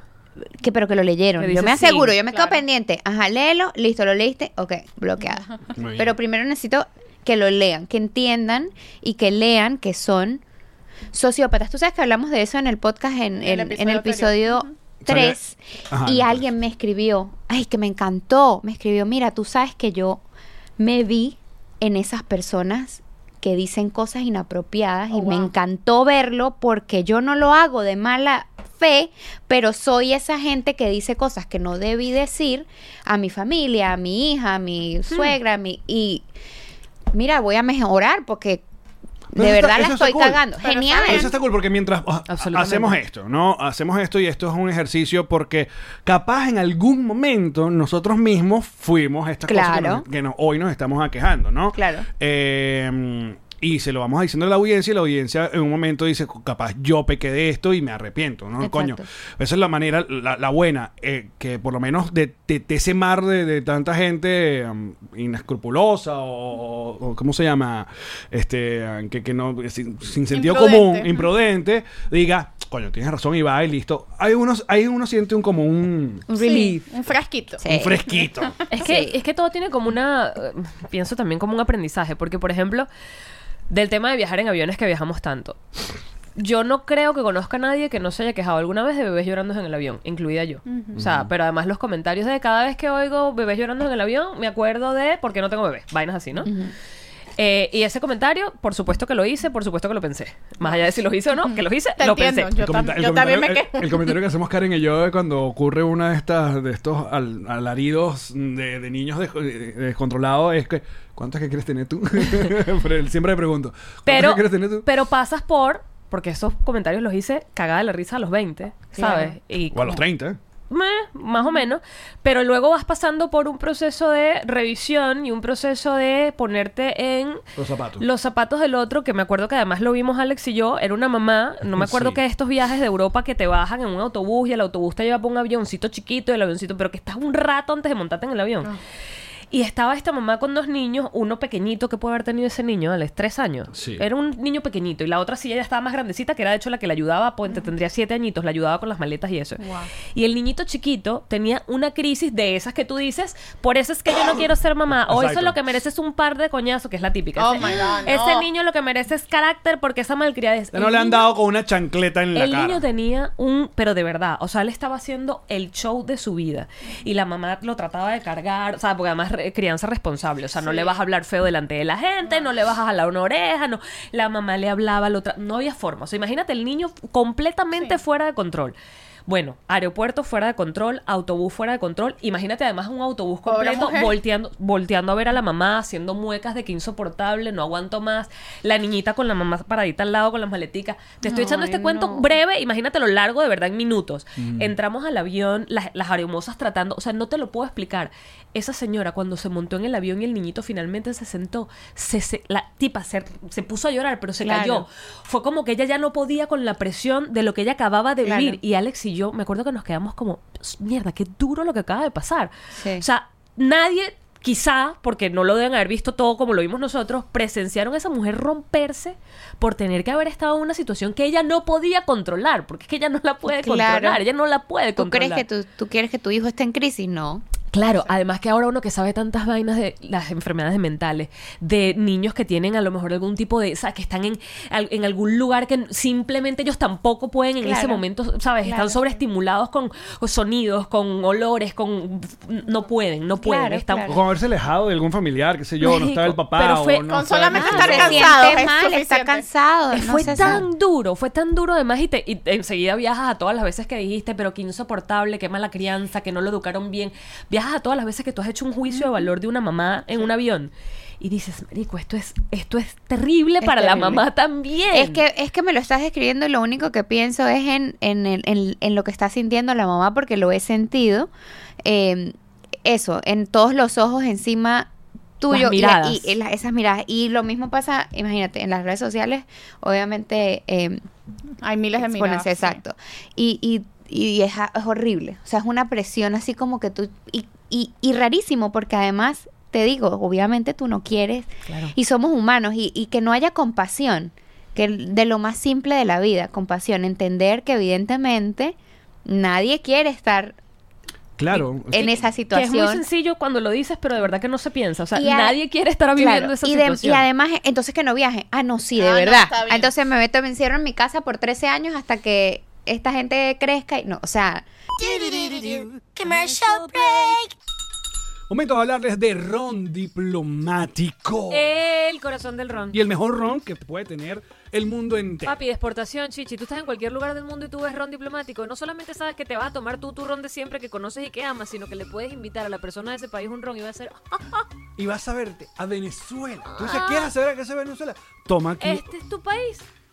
S5: que pero que lo leyeron,
S2: Que
S5: yo
S2: dice
S5: me aseguro,
S2: sí,
S5: yo me
S6: claro.
S5: quedo pendiente. Ajá, léelo, listo, lo leíste, ok, bloqueada.
S3: Muy bien.
S5: pero primero necesito que lo lean, que entiendan y que lean que son sociópatas. Tú sabes que hablamos de eso en el podcast, en,
S6: El
S5: en-
S6: episodio
S5: en el episodio
S6: anterior.
S5: 3,
S3: Ajá,
S5: y
S3: entonces.
S5: alguien me escribió, ay, que me encantó, me escribió, mira, tú sabes que yo me vi en esas personas que dicen cosas inapropiadas
S3: Oh,
S5: y me encantó verlo porque yo no lo hago de mala fe, pero soy esa gente que dice cosas que no debí decir a mi familia, a mi hija, a
S3: Hmm.
S5: mi suegra, a mi y mira, voy a mejorar porque
S3: Pero
S5: de
S3: eso
S5: verdad
S3: está-
S5: la
S3: eso está
S5: estoy
S3: cool.
S5: cagando.
S6: Pero
S5: Genial.
S3: Eso está cool porque mientras o-
S2: Absolutamente.
S3: hacemos esto, ¿no? Hacemos esto y esto es un ejercicio porque capaz en algún momento nosotros mismos fuimos estas cosas que,
S5: Claro.
S3: nos- que nos- hoy nos estamos aquejando, ¿no?
S5: Claro.
S3: Eh, y se lo vamos diciendo a la audiencia y la audiencia en un momento dice, capaz yo pequé de esto y me arrepiento, ¿no?
S5: Exacto.
S3: Coño, esa es la manera, la, la buena, eh, que por lo menos de, de- de ese mar de, de tanta gente um, inescrupulosa o, o- ¿cómo se llama? Este, um, que, que no, sin, sin sentido
S6: Imprudente.
S3: común, imprudente, diga, coño, tienes razón y va y listo. Hay unos, hay uno siente un como un,
S5: Un relief.
S6: Sí, un frasquito.
S5: Sí.
S3: un fresquito.
S2: Es que, es que todo tiene como una. eh, Pienso también como un aprendizaje, porque, por ejemplo, del tema de viajar en aviones que viajamos tanto. Yo no creo que conozca a nadie que no se haya quejado alguna vez de bebés llorando en el avión, incluida yo. O sea, pero además los comentarios de cada vez que oigo bebés llorando en el avión, me acuerdo de porque no tengo bebés, vainas así, ¿no? Eh, y ese comentario, por supuesto que lo hice, por supuesto que lo pensé. Más allá de si los hice o no, que los hice,
S6: Te
S2: lo
S6: entiendo,
S2: pensé.
S6: yo,
S3: El comenta-
S6: tam-
S3: el
S6: yo también me
S3: comentario-
S6: quejo.
S3: el- el comentario que hacemos Karen y yo de cuando ocurre una de estas de estos al- alaridos de, de niños des- de- descontrolados es que ¿cuántos que quieres tener tú? Pero él siempre me pregunto ¿cuántos
S2: Pero,
S3: que quieres tener tú?
S2: pero pasas por, porque esos comentarios los hice cagada de la risa a los 20, ¿sabes? Y
S3: o a
S2: como-
S3: los 30 ¿eh?
S2: meh, más o menos, pero luego vas pasando por un proceso de revisión y un proceso de ponerte en
S3: Los zapatos.
S2: los zapatos del otro, que me acuerdo que además lo vimos Alex y yo, era una mamá, no me acuerdo
S3: Sí.
S2: que estos viajes de Europa que te bajan en un autobús y el autobús te lleva por un avioncito chiquito, el avioncito, pero que estás un rato antes de montarte en el avión. Y estaba esta mamá con dos niños, uno pequeñito que puede haber tenido ese niño, Alex, tres años.
S3: Sí.
S2: Era un niño pequeñito. Y la otra sí, ella estaba más grandecita, que era de hecho la que la ayudaba, pues te- tendría siete añitos, la ayudaba con las maletas y eso. Y el niñito chiquito tenía una crisis de esas que tú dices, por eso es que yo no quiero ser mamá. O eso
S3: Exacto.
S2: es lo que merece es un par de coñazos, que es la típica.
S6: Oh
S2: ese
S6: my God, no.
S2: ese niño lo que merece es carácter porque esa malcriadez.
S3: Ya no
S2: El
S3: le han
S2: niño-
S3: dado con una chancleta en la
S2: el
S3: cara.
S2: niño tenía un, pero de verdad, o sea, él estaba haciendo el show de su vida y la mamá lo trataba de cargar, o sea, porque además re- crianza responsable, o sea, no le vas a hablar feo delante de la gente, no le vas a jalar una oreja, no, la mamá le hablaba, lo tra- no había forma, o sea, imagínate el niño completamente fuera de control. Bueno, aeropuerto fuera de control, autobús fuera de control. Imagínate además un autobús
S6: Pobre
S2: completo
S6: mujer.
S2: volteando, volteando a ver a la mamá, haciendo muecas de que insoportable, no aguanto más. La niñita con la mamá paradita al lado con las maleticas. Te estoy echando este cuento breve, imagínate lo largo de verdad en minutos. Entramos al avión, las, las aeromosas tratando, o sea, no te lo puedo explicar. Esa señora cuando se montó en el avión y el niñito finalmente se sentó, se, se- la tipa se, se puso a llorar, pero se cayó. Fue como que ella ya no podía con la presión de lo que ella acababa de
S5: Claro.
S2: vivir. Y Alex y yo, me acuerdo que nos quedamos como, mierda, qué duro lo que acaba de pasar.
S5: Sí.
S2: O sea, nadie, quizá, porque no lo deben haber visto todo como lo vimos nosotros, presenciaron a esa mujer romperse por tener que haber estado en una situación que ella no podía controlar, porque es que ella no la puede
S5: Claro.
S2: controlar, ella no la puede
S5: ¿Tú
S2: controlar.
S5: crees que tú, tú quieres que tu hijo esté en crisis? No.
S2: Claro, además que ahora uno que sabe tantas vainas de las enfermedades mentales, de niños que tienen a lo mejor algún tipo de, o sea, que están en, al- en algún lugar que simplemente ellos tampoco pueden en ese
S5: Claro.
S2: momento, ¿sabes? Están
S5: Claro.
S2: sobreestimulados con sonidos, con olores, con... No pueden, no pueden.
S5: Claro,
S2: están,
S5: claro.
S3: O con haberse alejado de algún familiar, qué sé yo, no
S2: Marico,
S3: estaba el papá.
S2: pero fue-
S3: o no
S6: con
S3: estaba-
S6: solamente
S3: no
S6: estar
S3: sé.
S6: cansado. es
S5: Ah, siente mal,
S6: suficiente.
S5: está cansado. no
S2: Eh, fue
S5: se
S2: tan
S5: sabe.
S2: duro, fue tan duro además y, te, y enseguida viajas a todas las veces que dijiste, pero qué insoportable, qué mala crianza, que no lo educaron bien. Viajas a todas las veces que tú has hecho un juicio de valor de una mamá en un avión y dices, marico, esto es, esto es terrible
S5: Es
S2: para
S5: terrible.
S2: la mamá también.
S5: Es que, es que me lo estás describiendo y lo único que pienso es en, en, el- en- en lo que está sintiendo la mamá porque lo he sentido. Eh, eso, en todos los ojos encima tuyo
S2: Las
S5: y la-
S2: miradas.
S5: y, y la- esas miradas. Y lo mismo pasa, imagínate, en las redes sociales, obviamente... eh,
S6: Hay miles de miradas.
S5: exponerse, exacto. Y, y, y es, a- es horrible. O sea, es una presión así como que tú... Y, y, y rarísimo porque además, te digo, obviamente tú no quieres.
S2: Claro.
S5: Y somos humanos y, y que no haya compasión. Que el- de lo más simple de la vida, compasión. Entender que evidentemente nadie quiere estar
S3: Claro.
S5: en esa
S2: Que es muy
S5: situación.
S2: sencillo cuando lo dices, pero de verdad que no se piensa. O sea,
S5: Y a-
S2: nadie quiere estar viviendo
S5: Claro,
S2: esa
S5: y de-
S2: situación.
S5: y además, entonces que no viaje. Ah, no, sí, de
S6: Ah, no,
S5: verdad.
S6: está bien.
S5: entonces me meto, me encierro en mi casa por 13 años hasta que esta gente crezca y no, o sea,
S3: Momento de hablarles de ron diplomático.
S2: Eh.
S7: El corazón del ron.
S3: Y el mejor ron que puede tener el mundo entero.
S7: Papi, de exportación, chichi. Tú estás en cualquier lugar del mundo y tú ves ron diplomático. No solamente sabes que te vas a tomar tú tu ron de siempre que conoces y que amas, sino que le puedes invitar a la persona de ese país un ron y va a ser. "Ah,
S3: Y vas a verte a Venezuela. Tú dices, ¿quieres saber a qué es Venezuela? Toma aquí.
S7: este es tu país.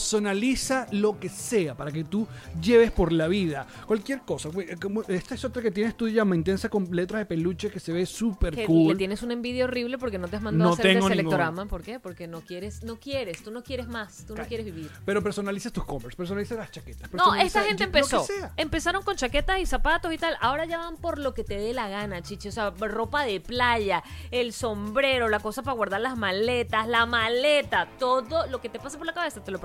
S3: personaliza lo que sea para que tú lleves por la vida. Cualquier cosa. Güey, como Esta es otra que tienes tú llama intensa con letras de peluche que se ve súper
S7: Que
S3: cool.
S7: le tienes una envidia horrible porque no te has mandado
S3: No
S7: a hacer
S3: tengo
S7: ese
S3: ninguna.
S7: electorama. ¿Por qué? Porque no quieres, no quieres, tú no quieres más, tú no quieres vivir.
S3: Pero personalizas tus covers, personalizas las chaquetas.
S7: No,
S3: personalizas
S7: esta gente
S3: lo que
S7: empezó.
S3: sea.
S7: Empezaron con chaquetas y zapatos y tal. Ahora ya van por lo que te dé la gana, chichi. O sea, ropa de playa, el sombrero, la cosa para guardar las maletas, la maleta, todo lo que te pase por la cabeza te lo
S3: Y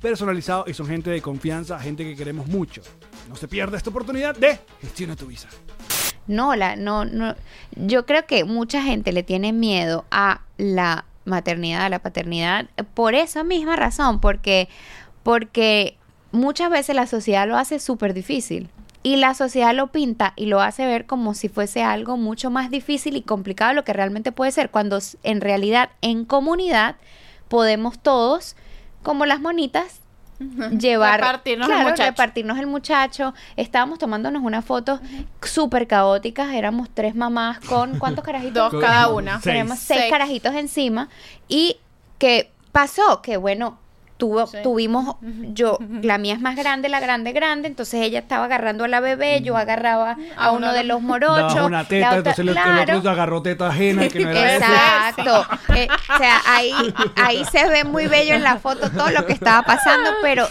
S3: personalizado y son gente de confianza, gente que queremos mucho. No se pierda esta oportunidad de Gestiona tu Visa.
S5: No, la, no, no. Yo creo que mucha gente le tiene miedo a la maternidad, a la paternidad, por esa misma razón, porque, porque muchas veces la sociedad lo hace súper difícil. Y la sociedad lo pinta y lo hace ver como si fuese algo mucho más difícil y complicado de lo que realmente puede ser, cuando s- en realidad en comunidad podemos todos, como las monitas, llevar
S6: Repartirnos el
S5: Claro,
S6: muchacho.
S5: repartirnos el muchacho. Estábamos tomándonos unas fotos súper caóticas, éramos tres mamás con ¿cuántos carajitos?
S6: Dos cada una.
S3: Seis.
S5: Tenemos seis,
S6: Seis.
S5: carajitos encima. Y que pasó que, bueno, tuvo,
S6: Sí.
S5: tuvimos, yo, la mía es más grande, la grande, grande, entonces ella estaba agarrando a la bebé, yo agarraba Mm. a uno de los morochos.
S3: Dabas una teta,
S5: la otra-
S3: entonces el- el
S5: claro.
S3: otro agarró teta ajena que no era esa.
S5: Exacto. Eh, o sea, ahí, ahí se ve muy bello en la foto todo lo que estaba pasando, pero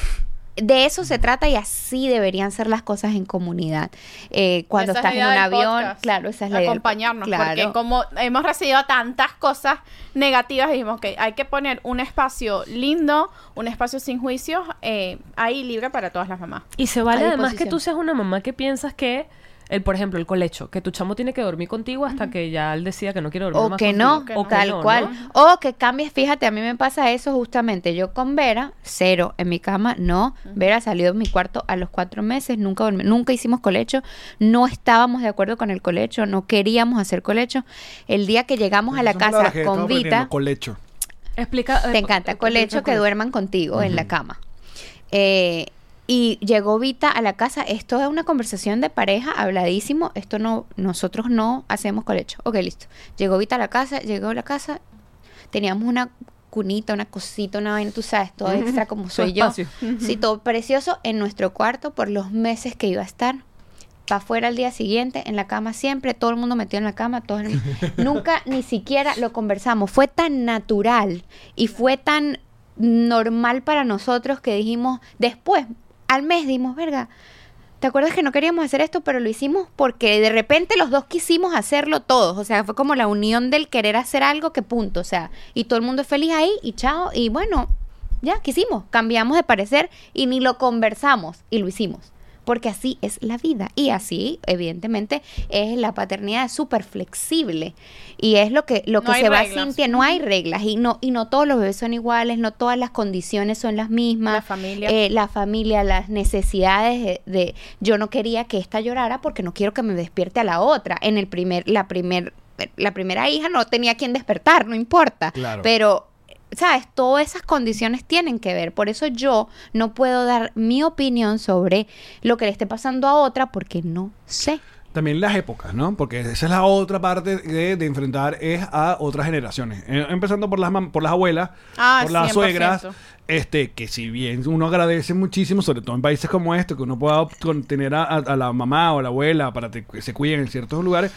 S5: de eso se trata y así deberían ser las cosas en comunidad. Eh, cuando
S6: Esa es
S5: estás
S6: la
S5: en un
S6: idea del
S5: avión,
S6: podcast.
S5: claro, esa es la idea del-
S6: Acompañarnos, porque
S5: Claro.
S6: como hemos recibido tantas cosas negativas, dijimos que hay que poner un espacio lindo, un espacio sin juicios, eh, ahí libre para todas las mamás.
S2: Y se vale
S5: A
S2: además que
S5: disposición.
S2: tú seas una mamá que piensas que, el, por ejemplo, el colecho, que tu chamo tiene que dormir contigo hasta que ya él decida que no quiere dormir
S5: o
S2: más
S5: que
S2: contigo.
S5: no,
S6: que no.
S5: tal
S2: O que no,
S5: cual.
S2: ¿no?
S5: O que cambies, fíjate, a mí me pasa eso justamente. Yo con Vera, cero en mi cama, no. Vera salió de mi cuarto a los cuatro meses, nunca, dormí- nunca hicimos colecho, no estábamos de acuerdo con el colecho, no queríamos hacer colecho. El día que llegamos a la
S3: Son palabras
S5: casa
S3: que
S5: con
S3: estaba aprendiendo,
S5: Vita,
S3: Colecho.
S2: Explica, eh,
S5: te encanta colecho, que duerman contigo en la cama. Eh, y llegó Vita a la casa, esto es una conversación de pareja, habladísimo, esto no, nosotros no hacemos colecho. Ok, listo. Llegó Vita a la casa, llegó a la casa, teníamos una cunita, una cosita, una vaina, tú sabes, todo extra como soy yo.
S2: espacio.
S5: Sí, todo precioso en nuestro cuarto por los meses que iba a estar. Para afuera al día siguiente, en la cama siempre, todo el mundo metido en la cama, todo el- nunca ni siquiera lo conversamos. Fue tan natural y fue tan normal para nosotros que dijimos, después, al mes, dijimos, verga, ¿Te acuerdas que no queríamos hacer esto, pero lo hicimos porque de repente los dos quisimos hacerlo todos? O sea, fue como la unión del querer hacer algo que punto. O sea, y todo el mundo es feliz ahí y chao. Y bueno, ya quisimos, cambiamos de parecer y ni lo conversamos y lo hicimos. Porque así es la vida. Y así, evidentemente, es la paternidad es súper flexible. Y es lo que, lo
S6: No
S5: que
S6: hay
S5: se va
S6: reglas.
S5: sintiendo. No hay reglas. Y no, y no todos los bebés son iguales, no todas las condiciones son las mismas
S6: La familia.
S5: eh, la familia, las necesidades de, de- yo no quería que esta llorara porque no quiero que me despierte a la otra. En el primer, la primer, la primera hija no tenía quien despertar, no importa.
S3: Claro.
S5: Pero, sabes, todas esas condiciones tienen que ver. Por eso yo no puedo dar mi opinión sobre lo que le esté pasando a otra porque no sé.
S3: También las épocas, ¿no? Porque esa es la otra parte de, de enfrentar es a otras generaciones. Eh, Empezando por las mam- por las abuelas,
S6: Ah,
S3: por las
S6: 100%.
S3: suegras, este, que si bien uno agradece muchísimo, sobre todo en países como este, que uno pueda con- tener a, a- a la mamá o la abuela para te- que se cuiden en ciertos lugares,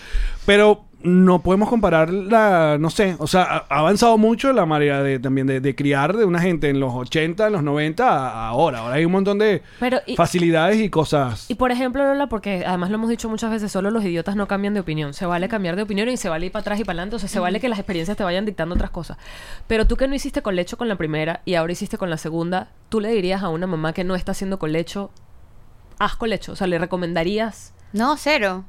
S3: pero no podemos comparar la, no sé, o sea, ha ha avanzado mucho la manera de, también de, de criar de una gente en los 80, en los 90, a- a ahora. Ahora hay un montón de
S2: Pero y-
S3: facilidades y cosas.
S2: Y por ejemplo, Lola, porque además lo hemos dicho muchas veces, solo los idiotas no cambian de opinión. Se vale cambiar de opinión y se vale ir para atrás y para adelante. O sea, se vale que las experiencias te vayan dictando otras cosas. Pero tú que no hiciste colecho con la primera y ahora hiciste con la segunda, ¿tú le dirías a una mamá que no está haciendo colecho, haz colecho? O sea, ¿le recomendarías?
S5: No, cero.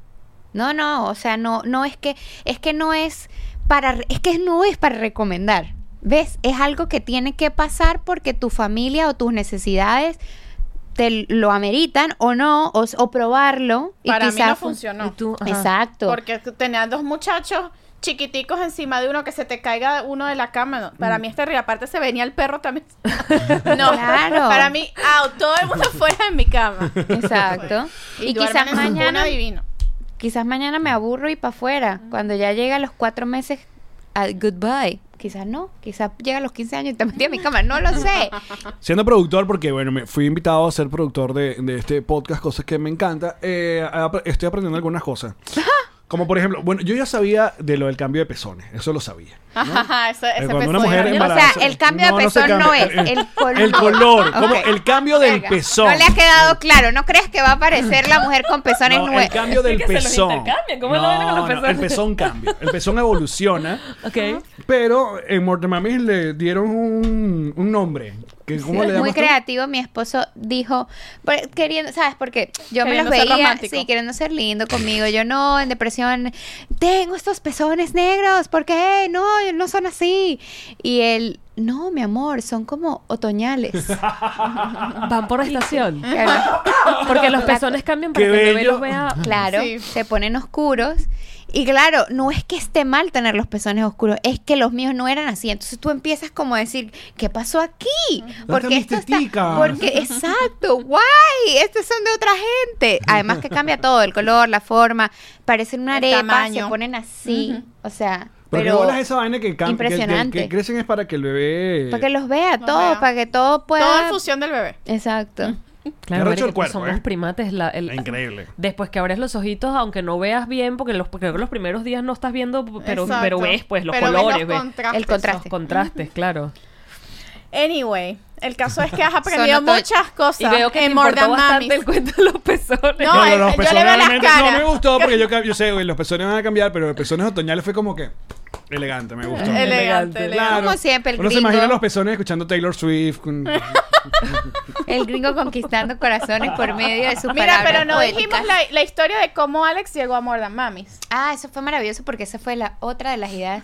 S5: No, no, o sea, no, no es que, es que no es para, re- es que no es para recomendar. ¿Ves? Es algo que tiene que pasar porque tu familia o tus necesidades te lo ameritan o no, o, s- o probarlo.
S6: Para mí
S5: quizás
S6: no
S5: fun-
S6: funcionó.
S2: Y tú, ajá.
S5: Exacto.
S6: Porque tenía dos muchachos chiquiticos encima de uno que se te caiga uno de la cama. no, para mí es terrible. Aparte se venía el perro también. No,
S5: Claro.
S6: para mí, out, todo el mundo fuera de mi cama.
S5: Exacto. y
S6: duermen
S5: quizás
S6: en su cuna
S5: mañana,
S6: divino.
S5: quizás mañana me aburro y para afuera. Cuando ya llega a los cuatro meses, a goodbye. Quizás no, quizás llega a los 15 años y te metí a mi cama, no lo sé.
S3: Siendo productor, porque bueno, me fui invitado a ser productor de, de este podcast, cosas que me encanta, eh, ap- estoy aprendiendo algunas cosas. Como por ejemplo, bueno, yo ya sabía de lo del cambio de pezones, eso lo sabía.
S6: Ajá, esa,
S3: Eh,
S6: esa
S3: cuando una
S6: persona.
S3: mujer
S5: O
S3: embaraza-
S5: sea, el cambio de
S3: se
S5: pezón
S3: cambia,
S5: no es, el color.
S3: El color, como
S5: Ok.
S3: el cambio del
S5: Venga,
S3: pezón.
S5: No le ha quedado claro, no crees que va a aparecer la mujer con pezones
S3: No, el
S5: nuevos.
S3: cambio del
S2: que se los
S3: pezón.
S2: intercambian, ¿cómo es la vaina con los
S3: No, no, el
S2: pezones?
S3: pezón cambia. El pezón evoluciona.
S2: Ok.
S3: Pero en Mortemamis le dieron un, un nombre. Que, ¿Cómo le
S5: muy
S3: llamas tú?
S5: creativo, mi esposo dijo, "Pero queriendo, ¿sabes por qué? Yo me los
S6: Queriendo ser
S5: veía,
S6: romántico.
S5: sí, queriendo ser lindo conmigo, yo no, en depresión, tengo estos pezones negros, ¿por qué? No, no son así. Y él, no, mi amor, son como otoñales.
S2: Van por estación.
S5: Claro,
S6: Ah,
S2: Porque los pezones cambian para
S3: Qué
S2: que el bebé
S3: bello.
S2: los vea.
S5: claro,
S6: Sí.
S5: se ponen oscuros. Y claro, no es que esté mal tener los pezones oscuros, es que los míos no eran así. Entonces tú empiezas como a decir, ¿qué pasó aquí? Porque
S3: mis
S5: esto está,
S3: teticas.
S5: porque exacto, guay, estos son de otra gente. Además que cambia todo, el color, la forma, parecen una
S6: El
S5: arepa,
S6: tamaño.
S5: se ponen así, o sea,
S3: Pero, ¿qué
S5: pero,
S3: bolas esa vaina que cambia? Que, del-
S5: impresionante.
S3: que crecen es para que el bebé.
S5: para que los vea
S6: Los
S5: todo,
S6: vea.
S5: para que todo pueda
S6: Todo Mm. en función del bebé.
S5: Exacto.
S3: Qué
S2: Claro,
S3: arrecho el
S2: que
S3: cuerpo,
S2: somos
S3: ¿eh?
S2: primates. La, el-
S3: Increíble.
S2: Después que abres los ojitos, aunque no veas bien, porque los, creo que los primeros días no estás viendo, pero,
S6: Exacto.
S2: pero ves pues los
S6: Pero ves
S2: colores,
S6: los
S2: ves
S6: contrastes.
S5: El contra-
S2: los contrastes, claro.
S6: Anyway, el caso es que has aprendido
S5: Son otoño.
S6: muchas cosas.
S2: Y veo que te
S6: en eh, More
S2: importó
S6: Than
S2: bastante
S6: Mamis.
S2: el cuento de los pezones.
S6: No, eh, yo le veo las
S3: realmente no
S6: caras.
S3: me gustó porque yo, ca- yo sé, güey, los pezones van a cambiar, pero los pezones otoñales fue como que elegante, me gustó.
S6: Elegante,
S2: Elegante.
S6: elegante.
S5: Como siempre, el
S3: Uno se
S5: gringo.
S3: imagina los pezones escuchando Taylor Swift. con-
S5: El gringo conquistando corazones por medio de sus
S6: Mira,
S5: palabras
S6: pero no
S5: poéticas.
S6: dijimos la, la historia de cómo Alex llegó a More Than Mamis.
S5: Ah, eso fue maravilloso porque esa fue la otra de las ideas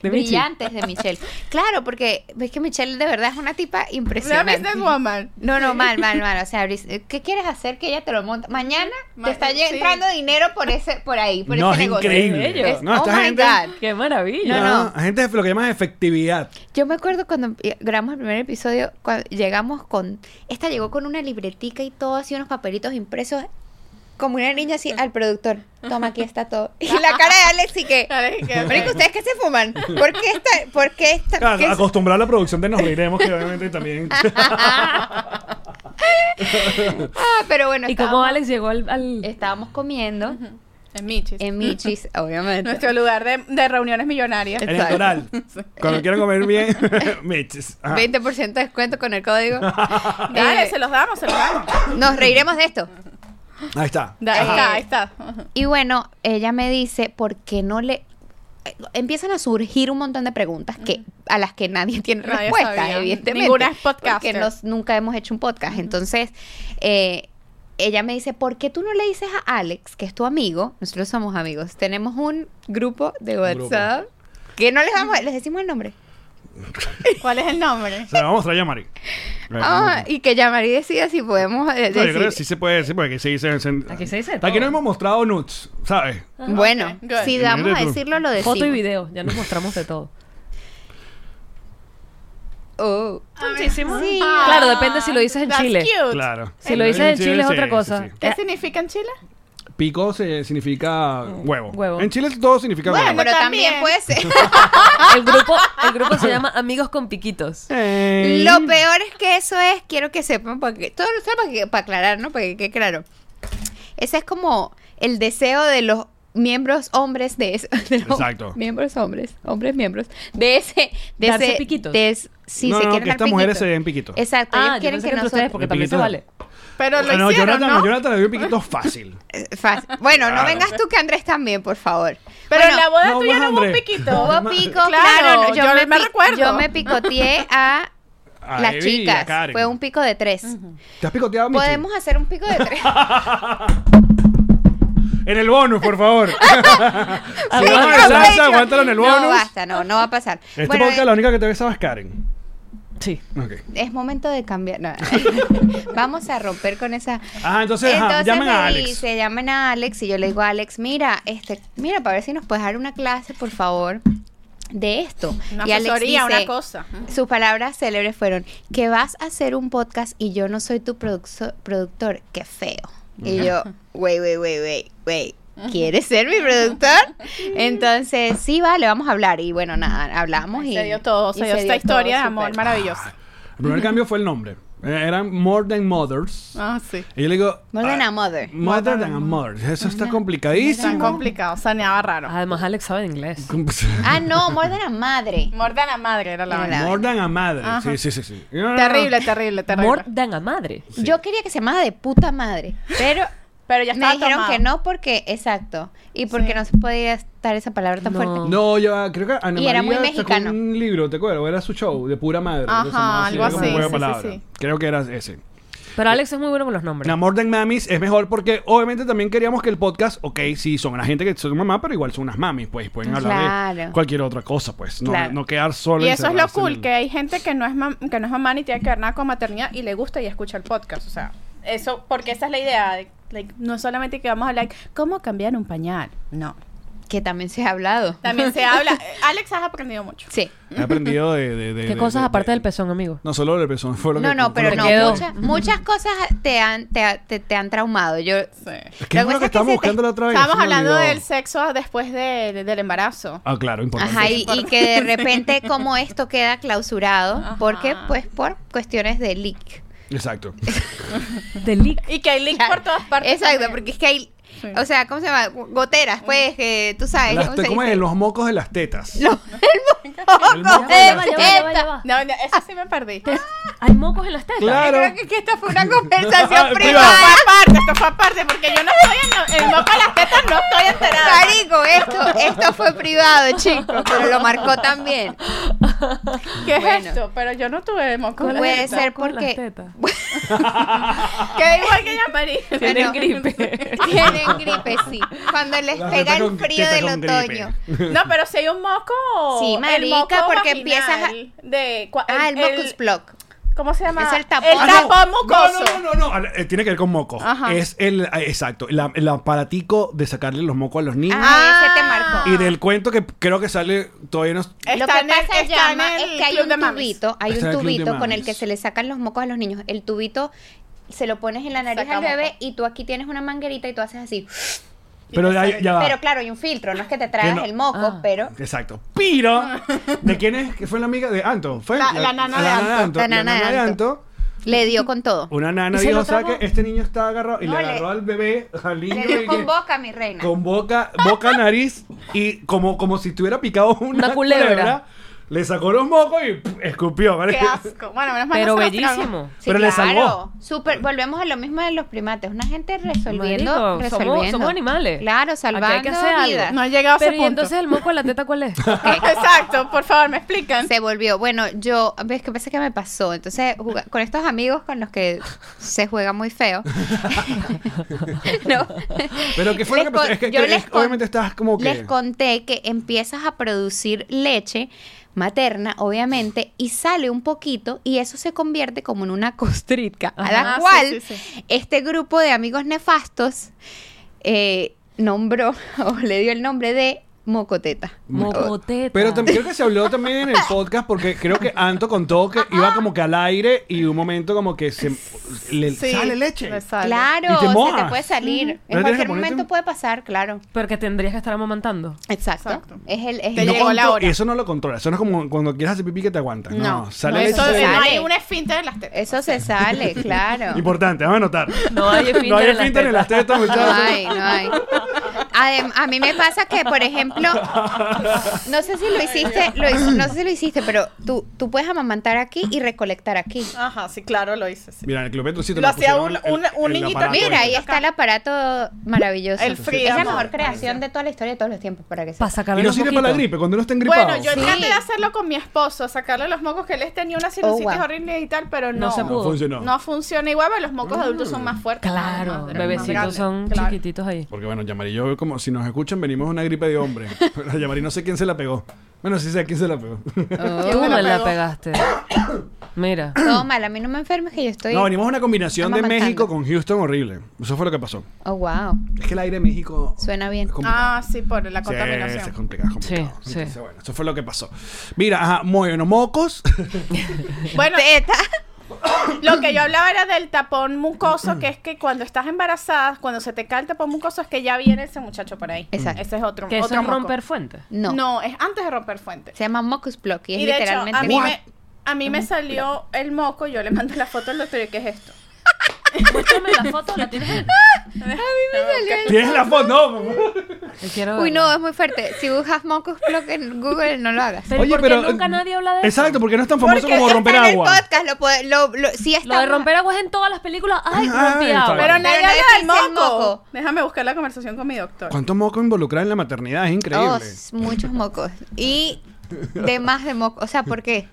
S2: De Michi.
S5: brillantes de Michelle. Claro, porque ves que Michelle de verdad es una tipa
S6: Una
S5: impresionante.
S6: businesswoman.
S5: No, no, mal, mal, mal. O sea, bris- ¿qué quieres hacer que ella te lo monta? Mañana
S6: Ma-
S5: te está
S6: sí.
S5: lle- entrando dinero por ese, por ahí, por
S3: no,
S5: ese
S3: es
S5: negocio.
S3: increíble.
S2: Es-
S3: no, esta
S5: oh my
S3: gente.
S5: God.
S2: Qué maravilla.
S5: No,
S3: No,
S5: no.
S3: la gente es lo que llaman efectividad.
S5: Yo me acuerdo cuando eh, grabamos el primer episodio, cua- llegamos con, esta llegó con una libretica y todo, así unos papelitos impresos, como una niña así, al productor. Toma, aquí está todo. Y la cara de Alex y que...
S6: Alex, que-
S5: Marico, ¿ustedes qué se fuman? ¿Por qué esta, por qué esta,
S3: Claro,
S5: qué-
S3: acostumbrar a la producción de Nos Reiremos, que obviamente también.
S5: Ah, pero bueno,
S2: Y como
S5: estábamos-
S2: Alex llegó al... al-
S6: Este,
S5: estábamos comiendo
S6: Es Michis.
S5: en Michis, obviamente.
S6: Nuestro lugar de, de reuniones millonarias.
S3: En el
S5: Exacto.
S3: Doral. Cuando quieran comer bien, meches. Ajá.
S5: 20% de descuento con el código.
S6: Dale,
S5: Eh,
S6: se los damos, se los damos.
S5: Nos reiremos de esto.
S3: Ahí está.
S6: Da- ahí
S5: Ajá.
S6: está, ahí está.
S5: Y bueno, ella me dice, ¿por qué no le...? eh, Empiezan a surgir un montón de preguntas que a las que nadie tiene
S6: Nadie
S5: respuesta,
S6: sabía.
S5: evidentemente.
S6: Ninguna es podcaster.
S5: Porque nos- nunca hemos hecho un podcast. Entonces, eh, ella me dice, ¿por qué tú no le dices a Alex, que es tu amigo? Nosotros somos amigos. Tenemos un grupo de
S3: grupo.
S5: WhatsApp. Que no les damos, les decimos el nombre.
S6: ¿Cuál es el nombre?
S3: Se la vamos a traer a Mari.
S5: Ah, y que llamar y decida si podemos eh,
S3: No, yo creo que
S5: decir.
S3: sí se puede decir porque aquí se dice.
S2: Aquí se dice de
S3: Aquí
S2: todo.
S3: no hemos mostrado nudes, ¿sabes?
S5: Bueno,
S6: Ok, good.
S5: si vamos
S3: Imagínate
S5: a
S3: tú.
S5: decirlo, lo decimos.
S2: Foto y video, ya nos mostramos de todo.
S5: Oh.
S6: Ah,
S2: Muchísimo.
S5: Sí.
S2: Claro, depende si lo dices en
S6: That's
S2: Chile.
S6: cute.
S3: Claro.
S2: Si lo dices en Chile es
S3: sí,
S2: otra
S3: sí,
S2: cosa.
S3: sí.
S6: ¿Qué significa en Chile?
S3: Pico se- significa huevo.
S2: Huevo.
S3: En Chile todo significa
S5: Bueno,
S3: huevo.
S5: pero también,
S6: también.
S5: puede ser.
S2: El grupo, el grupo se llama Amigos con Piquitos.
S3: Ey.
S5: Lo peor es que eso es, quiero que sepan, porque todo lo sepan para, que- para aclarar, ¿no? Para que quede claro. Ese es como el deseo de los miembros hombres de eso. de los
S3: Exacto.
S5: Miembros hombres, hombres miembros. De ese, de
S2: Darse
S5: ese
S2: piquitos.
S5: de es- sí,
S3: no,
S5: se
S3: no,
S5: quieren
S3: que
S5: dar
S3: estas mujeres
S5: piquitos.
S3: se den piquitos.
S5: Exacto,
S2: Ah,
S5: ellos
S2: yo
S5: quieren
S2: pensé
S5: que,
S2: que entre ustedes,
S5: nosotros.
S2: porque también se
S3: Piquitos.
S2: vale.
S6: Pero lo
S3: Ah, no,
S6: hicieron,
S3: Jonathan,
S6: ¿no?
S3: Jonathan le dio piquitos fácil.
S5: Eh, fácil. Bueno, no vengas tú que Andrés también, por favor.
S6: Pero
S5: Bueno,
S6: en la boda
S3: no,
S6: tuya no hubo un
S3: André.
S6: piquito.
S5: Hubo pico,
S6: Claro,
S5: claro. no, yo,
S6: yo
S5: me,
S6: me
S5: pi-
S6: recuerdo.
S5: Yo me picoteé a
S3: A
S5: las
S3: Evi y a
S5: chicas.
S3: Karen.
S5: Fue un pico de tres.
S3: ¿Te has picoteado, Michi?
S5: Podemos hacer un pico de tres.
S3: En el bonus, por favor.
S2: Ah,
S3: Sí,
S2: bueno,
S3: no,
S2: claro.
S3: Lanza, aguántalo en el
S5: No,
S3: bonus.
S5: basta, no, no va a pasar.
S3: Este
S5: bueno, eh.
S3: podcast la única que te besaba es Karen.
S2: Sí.
S3: Ok.
S5: es momento de cambiar. no. Vamos a romper con esa.
S3: Ah, entonces, ajá, llamen
S5: me
S3: a Alex.
S5: dice, llamen a Alex y yo le digo a Alex, mira, este, mira, para ver si nos puedes dar una clase, por favor, de esto.
S6: Una
S5: y Alex
S6: asesoría,
S5: dice-
S6: una cosa.
S5: Sus palabras célebres fueron que vas a hacer un podcast y yo no soy tu produxo- productor, qué feo. Y yo, wey, wey, wey, wey, wey. ¿quieres ser mi productor? Entonces, sí, vale, vamos a hablar. Y bueno, nada, hablamos y.
S6: Se dio todo,
S5: y
S6: se dio
S5: se
S6: esta
S5: dio todo
S6: historia de amor
S5: súper. Ah,
S6: maravillosa.
S3: El primer cambio fue el nombre. Eh, Eran More Than Mothers.
S6: Ah, sí.
S3: Y yo le digo.
S5: More than
S3: ah,
S5: a mother.
S3: Mother Than a Mother. Eso está
S6: Tan
S3: complicadísimo.
S6: complicado, saneaba raro.
S2: Además, Alex sabe de inglés.
S5: Ah, no, more than a madre.
S6: Mordan a madre era la
S5: Era
S6: vaina.
S3: More Than a Mother.
S6: Ajá.
S3: Sí, sí, sí. sí. No, no, no.
S6: Terrible, terrible, terrible.
S2: More than a madre.
S5: Yo quería que se llamara de puta madre, pero
S6: Pero ya
S5: me
S6: estaba
S5: dijeron
S6: tomado.
S5: que no porque, exacto, y porque
S6: Sí.
S5: no se podía estar esa palabra tan
S2: No.
S5: fuerte.
S3: No, ya, creo que Ana
S5: Y era
S3: María
S5: muy
S3: sacó
S5: mexicano.
S3: un libro, ¿te acuerdas? O Era su show de pura madre.
S6: Ajá,
S3: que se llamaba
S6: algo
S3: era como
S6: así,
S3: buena
S6: sí, sí,
S3: palabra.
S6: sí.
S3: Creo que era ese.
S2: Pero Alex es muy bueno con los nombres.
S3: La More Than Mamis es mejor porque obviamente también queríamos que el podcast, ok, sí, son la gente que son mamá, pero igual son unas mamis, pues pueden hablar de
S5: Claro.
S3: cualquier otra cosa, pues. No,
S5: Claro.
S3: no quedar solo.
S6: Y eso es lo
S3: encerrarse en
S6: cool,
S3: el-
S6: que hay gente que no es mam- que no es mamá ni tiene que ver nada con maternidad y le gusta y escucha el podcast. O sea, eso, porque esa es la idea. de- like, no solamente que vamos a hablar cómo cambiar un pañal. No.
S5: Que también se ha hablado.
S6: También se habla. eh, Alex has aprendido mucho.
S5: Sí.
S3: He aprendido de... de- de-
S2: ¿Qué
S3: de-
S2: cosas
S3: de-
S2: aparte
S3: de-
S2: del pezón, amigo?
S3: No, solo del pezón fue lo que...
S5: No, no,
S3: fue lo
S5: pero
S3: que-
S5: no,
S2: quedó.
S5: muchas, muchas cosas te han, te, te- te han traumado. Yo,
S6: Sí.
S3: ¿Qué es lo que,
S5: Lo que pasa es que
S3: estábamos
S5: se te-
S3: buscando la otra vez?
S6: Estábamos
S3: Se me
S6: hablando
S3: olvidó.
S6: del sexo después de- de- del embarazo.
S3: Ah, claro, importante.
S5: ajá, y, y que de repente como esto queda clausurado,
S6: Ajá.
S5: porque pues por cuestiones de leak.
S3: Exacto.
S2: De leak.
S6: Y que hay link por todas partes.
S5: Exacto,
S6: también.
S5: porque es que hay,
S6: Sí.
S5: o sea, ¿cómo se llama? Goteras, pues, que tú sabes.
S3: Las
S5: ¿cómo
S3: te-
S5: se
S3: ¿Cómo es?
S5: dice?
S3: Los mocos de las tetas.
S5: Los-
S3: El
S5: el
S3: moco
S5: moco
S3: de
S5: de
S7: Ya
S3: la-
S5: la
S7: va, ya va, ya va.
S6: No, no, eso sí me perdí.
S7: Hay mocos en las tetas.
S3: Claro.
S5: Creo que, que esta fue una
S3: Ah,
S5: conversación
S6: Esto fue
S5: privada.
S6: aparte, esto fue aparte, porque yo no estoy en el moco de las tetas, no estoy enterada.
S5: Marico, esto, esto fue privado, chicos, pero lo marcó también.
S6: ¿Qué es
S5: Bueno.
S6: esto? Pero yo no tuve moco en las
S5: Puede
S6: tetas.
S5: ser
S2: con las
S5: porque
S2: tetas.
S6: Quedé igual que ya María.
S5: Tienen
S2: gripe.
S5: tienen gripe, sí. Cuando les
S3: Las
S5: pega
S3: tetas
S5: el
S3: con-
S5: frío
S3: tetas
S5: del
S3: con gripe.
S5: otoño.
S6: No, pero si hay un moco.
S5: Sí,
S6: el
S5: marica,
S6: moco
S5: porque
S6: vaginal
S5: empiezas a-
S6: De, cua-
S5: Ah, el Mocus Block.
S6: ¿Cómo se llama?
S5: Es el tapón.
S6: El
S5: Ah,
S3: no.
S6: tapón mucoso.
S3: No, no, no, no. Ahora, eh, tiene que ver con mocos.
S6: Ajá.
S3: Es el, eh, exacto, la- el aparatico de sacarle los mocos a los niños.
S5: Ah, ese te marcó.
S3: Y del cuento que creo que sale todavía no.
S5: Lo que
S6: Está en el-
S5: pasa,
S6: está en
S5: Llama,
S6: el
S5: es que hay
S6: club de
S5: un
S6: mamis.
S5: tubito, hay
S3: Está en
S5: un
S3: el club de
S5: tubito con el
S3: mamis.
S5: que se le sacan los mocos a los niños. El tubito se lo pones en la nariz
S6: Saca
S5: al bebé
S6: moco.
S5: y tú aquí tienes una manguerita y tú haces así.
S3: Pero ya, ya va.
S5: Pero claro, hay un filtro, no es que te tragas
S3: Ah. no-
S5: el moco,
S2: Ah.
S5: pero
S3: Exacto. Pero, ¿de quién es? ¿Qué fue la amiga de Anto? ¿Fue?
S6: La- la nana de Anto.
S3: La nana de Anto.
S5: le dio con todo.
S3: Una nana
S2: ¿Y se
S3: dijo,
S2: lo
S3: ¿sabes
S2: tragó?
S3: qué? Este niño está agarrado y
S5: No,
S3: le
S5: le-
S3: agarró al bebé, al niño.
S5: Le
S3: y
S5: dio
S3: que-
S5: con boca, mi reina.
S3: con boca, boca, nariz y como, como si tuviera picado una,
S2: Una culebra.
S3: Le sacó los mocos y pff, escupió.
S6: Qué
S3: ¿vale?
S6: asco. Bueno, menos mal
S2: Pero
S6: no se los tragó.
S2: bellísimo.
S5: Sí,
S3: Pero le salvó.
S5: Súper- volvemos a lo mismo de los primates. Una gente
S2: Marico,
S5: resolviendo.
S2: somos-
S5: resolviendo.
S2: somos animales. Aquí hay
S5: Claro,
S2: que
S5: salvando
S2: hacer algo.
S5: vidas.
S6: No ha llegado a
S2: Pero
S6: ese
S2: ¿y
S6: punto.
S2: entonces el moco en la teta cuál es?
S6: Exacto, por favor, me explican.
S5: Se volvió. Bueno, yo, ¿ves qué pasa que me pasó? Entonces, juga- con estos amigos con los que se juega muy feo. no.
S3: Pero ¿qué fue lo
S5: Les
S3: que pasó?
S5: con-
S3: Es que,
S5: yo
S3: que-
S5: les
S3: es-
S5: con-
S3: obviamente estás como que...
S5: Les conté que empiezas a producir leche materna, obviamente, y sale un poquito y eso se convierte como en una costrica, a la
S6: Ajá, sí,
S5: cual
S6: sí, sí.
S5: este grupo de amigos nefastos eh, nombró o le dio el nombre de mocoteta.
S2: Mocoteta.
S3: Pero también creo que se habló también en el podcast porque creo que Anto contó que iba como que al aire y un momento como que se le
S6: Sí,
S3: sale leche.
S6: le sale.
S3: Y te
S5: Claro, o sea,
S3: mojas.
S5: te puede salir.
S3: tienes que
S5: En cualquier
S3: ponerte
S5: momento
S3: un-
S5: puede pasar, claro.
S2: Pero que tendrías que estar amamantando.
S5: Exacto.
S6: Exacto.
S5: Es el, es
S6: Te
S5: el-
S3: No
S6: llegó la
S3: contro-
S6: hora.
S3: Eso no lo controla. Eso no es como cuando quieres hacer pipí que te aguantas. No,
S5: No,
S3: sale
S6: No,
S3: leche.
S6: eso,
S5: se
S6: no
S5: sale.
S6: hay una esfínter en las tetas.
S5: Eso se sale, claro.
S3: Importante, vamos a anotar.
S2: No hay esfínter
S3: No hay
S2: en las
S3: esfínter en las tetas,
S5: No
S3: muchachos.
S5: hay, no hay. Adem- a mí me pasa que, por ejemplo, no sé si lo hiciste, lo hic- no sé si lo hiciste, pero tú, tú puedes amamantar aquí y recolectar aquí.
S6: Ajá, sí, claro, lo hice. sí.
S3: Mira, en el club Petrocito
S6: Lo
S3: nos
S6: hacía
S3: pusieron
S6: un- un- un niñito
S3: aparato este.
S5: Mira, ahí
S3: ese.
S5: está el aparato maravilloso.
S6: Ah, El frío,
S5: es la
S6: amor.
S5: mejor creación de toda la historia de todos los tiempos, para que
S2: Para
S5: sepas.
S2: sacarle
S3: Y no
S2: los
S3: sirve para la
S2: moquitos.
S3: gripe, cuando uno está engripado.
S6: Bueno, yo
S5: Sí.
S6: traté de hacerlo con mi esposo, sacarle los mocos que él tenía una sinusitis
S5: Oh, wow.
S6: horrible y tal, pero no.
S2: No se
S3: No Mm.
S2: pudo.
S3: funcionó.
S6: No funciona igual, pero los mocos adultos son más fuertes.
S2: Claro,
S6: más- más
S2: bebecitos
S6: grandes,
S2: son
S6: claro.
S2: chiquititos ahí.
S3: Porque bueno, Yamari y yo, como si nos escuchan, venimos de una gripe de hombre. Pero a Yamari no sé quién se la pegó. Bueno, sí sé quién se la pegó.
S2: Tú
S6: me la
S2: me la
S6: pegó.
S2: pegaste. Mira.
S5: Todo mal, a mí no me enfermes que yo estoy.
S3: No, venimos de una combinación de
S5: Estamos
S3: México
S5: avanzando.
S3: con Houston horrible. Eso fue lo que pasó.
S5: Oh, wow.
S3: Es que el aire de México.
S5: Suena bien.
S3: es complicado.
S6: Ah, sí, por la
S3: Sí,
S6: contaminación.
S3: es complicado, es complicado.
S2: Sí,
S3: Entonces,
S2: sí.
S3: bueno, eso fue lo que pasó. Mira, ajá, bueno, mocos.
S6: Bueno,
S5: Teta.
S6: Lo que yo hablaba era del tapón mucoso, que es que cuando estás embarazada, cuando se te cae el tapón mucoso, es que ya viene ese muchacho por ahí.
S5: Exacto.
S6: Ese es otro.
S2: Que eso
S6: otro
S2: es
S6: moco.
S2: romper fuentes.
S5: No.
S6: No, es antes de romper fuente.
S5: Se llama Mocus Block y es
S6: y de hecho,
S5: literalmente.
S6: a mí, me, a mí me salió el moco, yo le mandé la foto al doctor y ¿qué es esto?
S2: Muéstrame la foto, la tienes ahí.
S3: Tienes la foto. No.
S2: Quiero
S5: Uy,
S2: verla.
S5: no, es muy fuerte. Si buscas Mocus Block en Google, no lo hagas.
S2: Pero ¿por qué nunca nadie habla de eso?
S3: eh, Exacto, porque no es tan famoso
S5: Porque
S3: como
S5: está
S3: romper
S5: en el
S3: agua.
S5: podcast, lo, puede- lo, lo- sí está.
S2: Lo de romper agua es en todas las películas. Ay,
S3: Ah,
S2: rompí
S3: está
S2: agua.
S3: bien.
S6: Pero
S3: Pero
S6: nadie
S5: nadie
S6: habla del
S5: dice el
S6: moco.
S5: moco.
S6: Déjame buscar la conversación con mi doctor.
S3: ¿Cuánto moco involucrado en la maternidad? Es increíble.
S5: Oh, s- muchos mocos. Y de más de mocos. O sea, ¿por qué?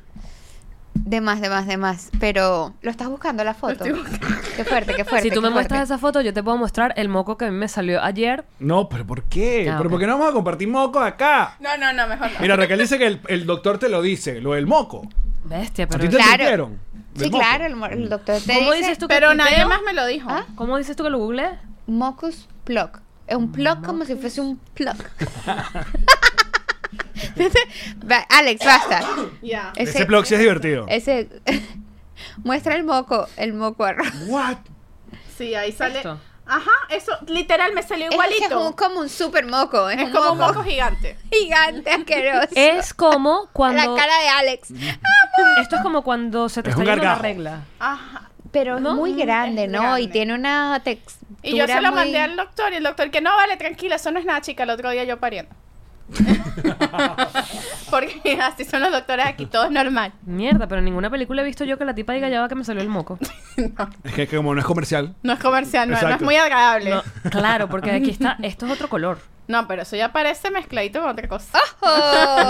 S5: De más, de más, de más. Pero lo estás buscando la foto. Qué fuerte, qué fuerte.
S2: Si tú me
S5: qué fuerte.
S2: muestras esa foto, yo te puedo mostrar el moco que a mí me salió ayer.
S3: No, pero ¿por qué?
S2: Ah,
S3: ¿Pero
S2: ok.
S3: ¿Por qué no vamos a compartir moco acá?
S6: No, no, no, mejor no.
S3: Mira, Raquel dice que el, el doctor te lo dice, lo del moco.
S2: Bestia,
S3: ¿A
S2: pero...
S3: ti te
S5: Claro.
S3: sintieron?
S5: Sí, claro, el, mo- el doctor te
S2: ¿Cómo
S5: dice
S2: dices tú que
S6: Pero
S2: el
S6: nadie
S2: pipeo-
S6: más me lo dijo.
S5: ¿Ah?
S2: ¿Cómo dices tú que lo googleé?
S5: Mocus Plug. Es un plug como si fuese un plug. Va, Alex, basta.
S6: Ya.
S3: Ese, blog sí es divertido.
S5: ese- muestra el moco, el moco arroz.
S3: What?
S6: Sí, ahí sale.
S2: Esto.
S6: Ajá, eso literal me salió
S5: Es que es
S6: igualito.
S5: un- como un super moco. Es,
S6: Es
S5: un
S6: como un
S5: moco
S6: moco gigante.
S5: gigante asqueroso.
S2: Es como cuando...
S5: La cara de Alex.
S2: Esto es como cuando se te
S3: Es
S2: está
S3: un
S2: yendo la
S3: gargajo.
S2: regla.
S6: Ajá.
S5: Pero es
S2: ¿No?
S5: muy grande,
S6: Es
S5: ¿no? Y
S6: grande.
S5: tiene una textura
S6: Y yo se lo
S5: muy-
S6: mandé al doctor y el doctor que no, vale, tranquila, eso no es nada, chica, el otro día yo pariendo. Porque así son los doctores aquí, todo es normal.
S2: Mierda, pero en ninguna película he visto yo que la tipa diga ya va que me salió el moco.
S3: Es que, que como no es comercial.
S6: No es comercial, no, no es
S3: Exacto.
S6: muy agradable.
S2: No,
S6: No.
S2: claro, porque aquí está... Esto es otro color.
S6: pero eso ya parece mezcladito con otra cosa.
S5: ¡Ojo!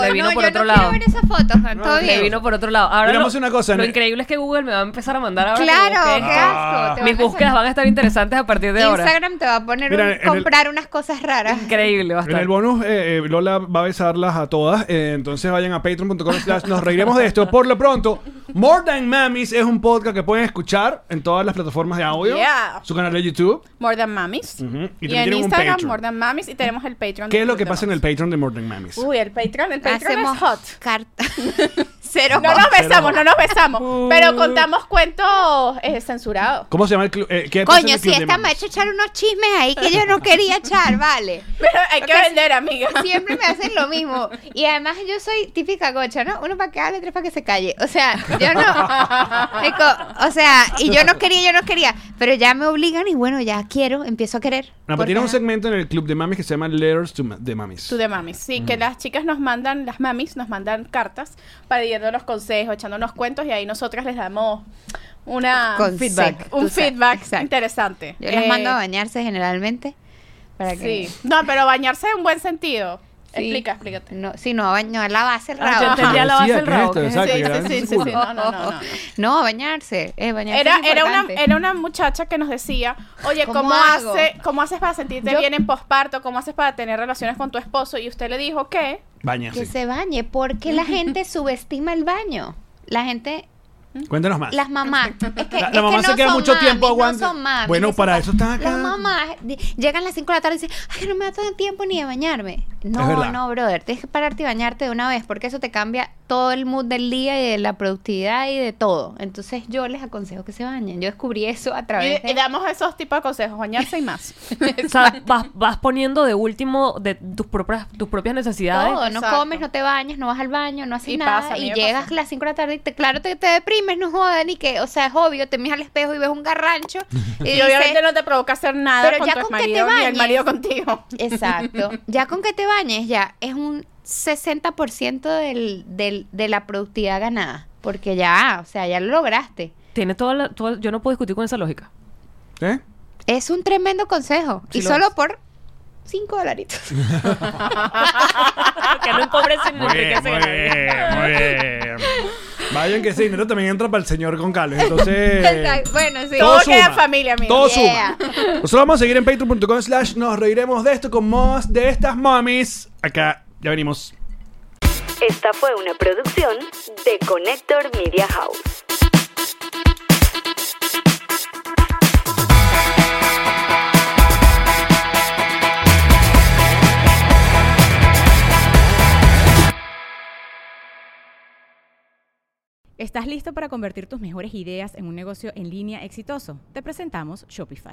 S2: Le vino
S5: no,
S2: por
S5: yo
S2: otro
S5: no
S2: lado.
S5: quiero ver esas fotos, ¿no? todo
S2: Que
S5: bien.
S2: vino por otro lado. Ahora lo,
S3: Mira, vamos a hacer una cosa,
S2: Lo
S3: ¿no?
S2: increíble es que Google me va a empezar a mandar ahora.
S5: Claro,
S2: que
S5: qué
S2: busque.
S5: asco. te
S2: Mis
S5: van a
S2: búsquedas van a estar interesantes a partir de
S5: salir-
S2: ahora.
S5: Instagram te va a poner
S3: Mira,
S5: un-
S3: en el-
S5: comprar unas cosas raras.
S2: Increíble,
S3: En el
S2: bastante.
S3: bonus, eh, eh, Lola va a besarlas a todas. eh, entonces vayan a patreon.com. slash Nos reiremos de esto. Por lo pronto, More Than Mammies es un podcast que pueden escuchar en todas las plataformas de audio.
S6: Yeah.
S3: Su canal de YouTube.
S6: More Than Mummies.
S3: Ujú. Y
S6: Y,
S3: también
S6: en
S3: tienen un
S6: Instagram,
S3: Patreon.
S6: More Than Mummies. Y tenemos el Patreon. de
S3: ¿Qué es lo
S6: More
S3: que
S6: Than
S3: pasa en el
S6: Mummies.
S3: Patreon de More Than Mammies?
S6: Uy, el Patreon, el Patreon
S5: Hacemos
S6: es hot.
S5: carta. Cero
S6: No nos
S5: hot.
S6: besamos, no nos besamos. pero contamos cuentos eh, censurados.
S3: ¿Cómo se llama el club? Eh, ¿qué pasa en
S5: Coño,
S3: el
S5: si
S3: club de
S5: esta me ha
S3: mammies?
S5: hecho echar unos chismes ahí que yo no quería echar, vale.
S6: Pero hay que
S5: Ok.
S6: vender, amiga.
S5: Siempre me hacen lo mismo. Y además yo soy típica gocha, ¿no? Uno para que hable, tres para que se calle. O sea, yo no. Marico, o sea, y yo no quería, yo no quería. Pero ya me obligan y bueno, ya quiero, empiezo a querer.
S3: No, pero
S5: Porque,
S3: tiene un
S5: ajá.
S3: segmento en el club de mamis que se llama Letters to Ma- de Mamis.
S6: Tú de mamis. Sí,
S3: Mm.
S6: que las chicas nos mandan, las mamis nos mandan cartas pidiéndonos consejos, echándonos cuentos y ahí nosotras les damos una
S5: Consejo,
S6: feedback,
S5: tú
S6: un
S5: sabes,
S6: feedback
S5: exacto.
S6: interesante.
S5: Yo las
S6: Eh,
S5: mando a bañarse generalmente para que.
S6: Sí. No, pero bañarse en buen sentido.
S5: Sí.
S6: Explica, explícate.
S5: No, sí, no, a bañar, la base el
S2: Ah, yo
S5: rabo.
S2: entendí a la base
S3: Decía que
S2: del rabo.
S3: esto,
S2: ¿qué?
S3: exacto.
S6: Sí,
S3: que
S6: sí,
S3: era
S6: sí,
S3: un
S6: sí, sí,
S3: culo.
S6: No, no, no, no.
S5: No, bañarse. eh, bañarse
S6: Era,
S5: es
S6: era, una,
S5: importante.
S6: era una muchacha que nos decía, oye, ¿cómo,
S5: ¿Cómo hago?
S6: hace, ¿cómo haces para sentirte
S5: Yo-
S6: bien en posparto? ¿Cómo haces para tener relaciones con tu esposo? Y usted le dijo que...
S5: Que
S3: Báñase.
S5: se bañe, porque la gente subestima el baño. La gente,
S3: Cuéntanos más.
S5: las mamás. Es que,
S3: La- la
S5: es que
S3: mamá se
S5: no
S3: queda
S5: son
S3: mucho
S5: mamis,
S3: tiempo
S5: no
S3: aguanta-
S5: son mamis,
S3: Bueno,
S5: no son
S3: para
S5: mamis.
S3: eso están acá.
S5: Las mamás di- llegan a las 5 de la tarde y dicen, ay, que no me da todo el tiempo ni de bañarme.
S3: Es
S5: No,
S3: verdad.
S5: no, brother. Tienes que pararte y bañarte de una vez, porque eso te cambia todo el mood del día y de la productividad y de todo. Entonces, yo les aconsejo que se bañen. Yo descubrí eso a través
S6: Y, y
S5: de.
S6: damos esos tipos de consejos, bañarse y más.
S2: O sea, vas, vas poniendo de último de tus propias, tus propias necesidades.
S5: Todo, no
S6: Exacto.
S5: comes, no te bañas, no vas al baño, no haces
S6: Y
S5: nada.
S6: pasa, a mí
S5: y
S6: me
S5: llegas
S6: pasa.
S5: a las 5 de la tarde y te, claro te, te deprimes, no jodan, y que, o sea, es obvio, te miras al espejo y ves un garrancho. Y,
S6: Y obviamente
S5: dices,
S6: no te provoca hacer nada
S5: Pero
S6: con
S5: ya
S6: tu
S5: con que te
S6: marido ni el
S5: bañes.
S6: marido contigo.
S5: Exacto. Ya con que te bañes, ya es un 60% del, del, de la productividad ganada. Porque ya, o sea, ya lo lograste.
S2: Tiene toda la, toda- yo no puedo discutir con esa lógica.
S3: ¿Eh?
S5: Es un tremendo consejo.
S2: Sí
S5: y
S2: lo
S5: solo
S2: es.
S5: por 5 dolaritos.
S2: que no empobrecen ni
S3: Ah, Muy bien,
S2: enriquecen a
S3: muy
S2: nadie.
S3: bien, muy bien. Vayan que ese dinero también entra para el señor con Gales. Entonces.
S5: Exacto. bueno, sí.
S3: todo
S6: Todo queda
S3: suma.
S6: en familia, mira.
S3: Todo
S5: Yeah.
S3: suma. Nosotros vamos a seguir en patreon.com slash nos reiremos de esto con más de estas mamis. Acá ya venimos.
S1: Esta fue una producción de Connector Media House.
S8: ¿Estás listo para convertir tus mejores ideas en un negocio en línea exitoso? Te presentamos Shopify.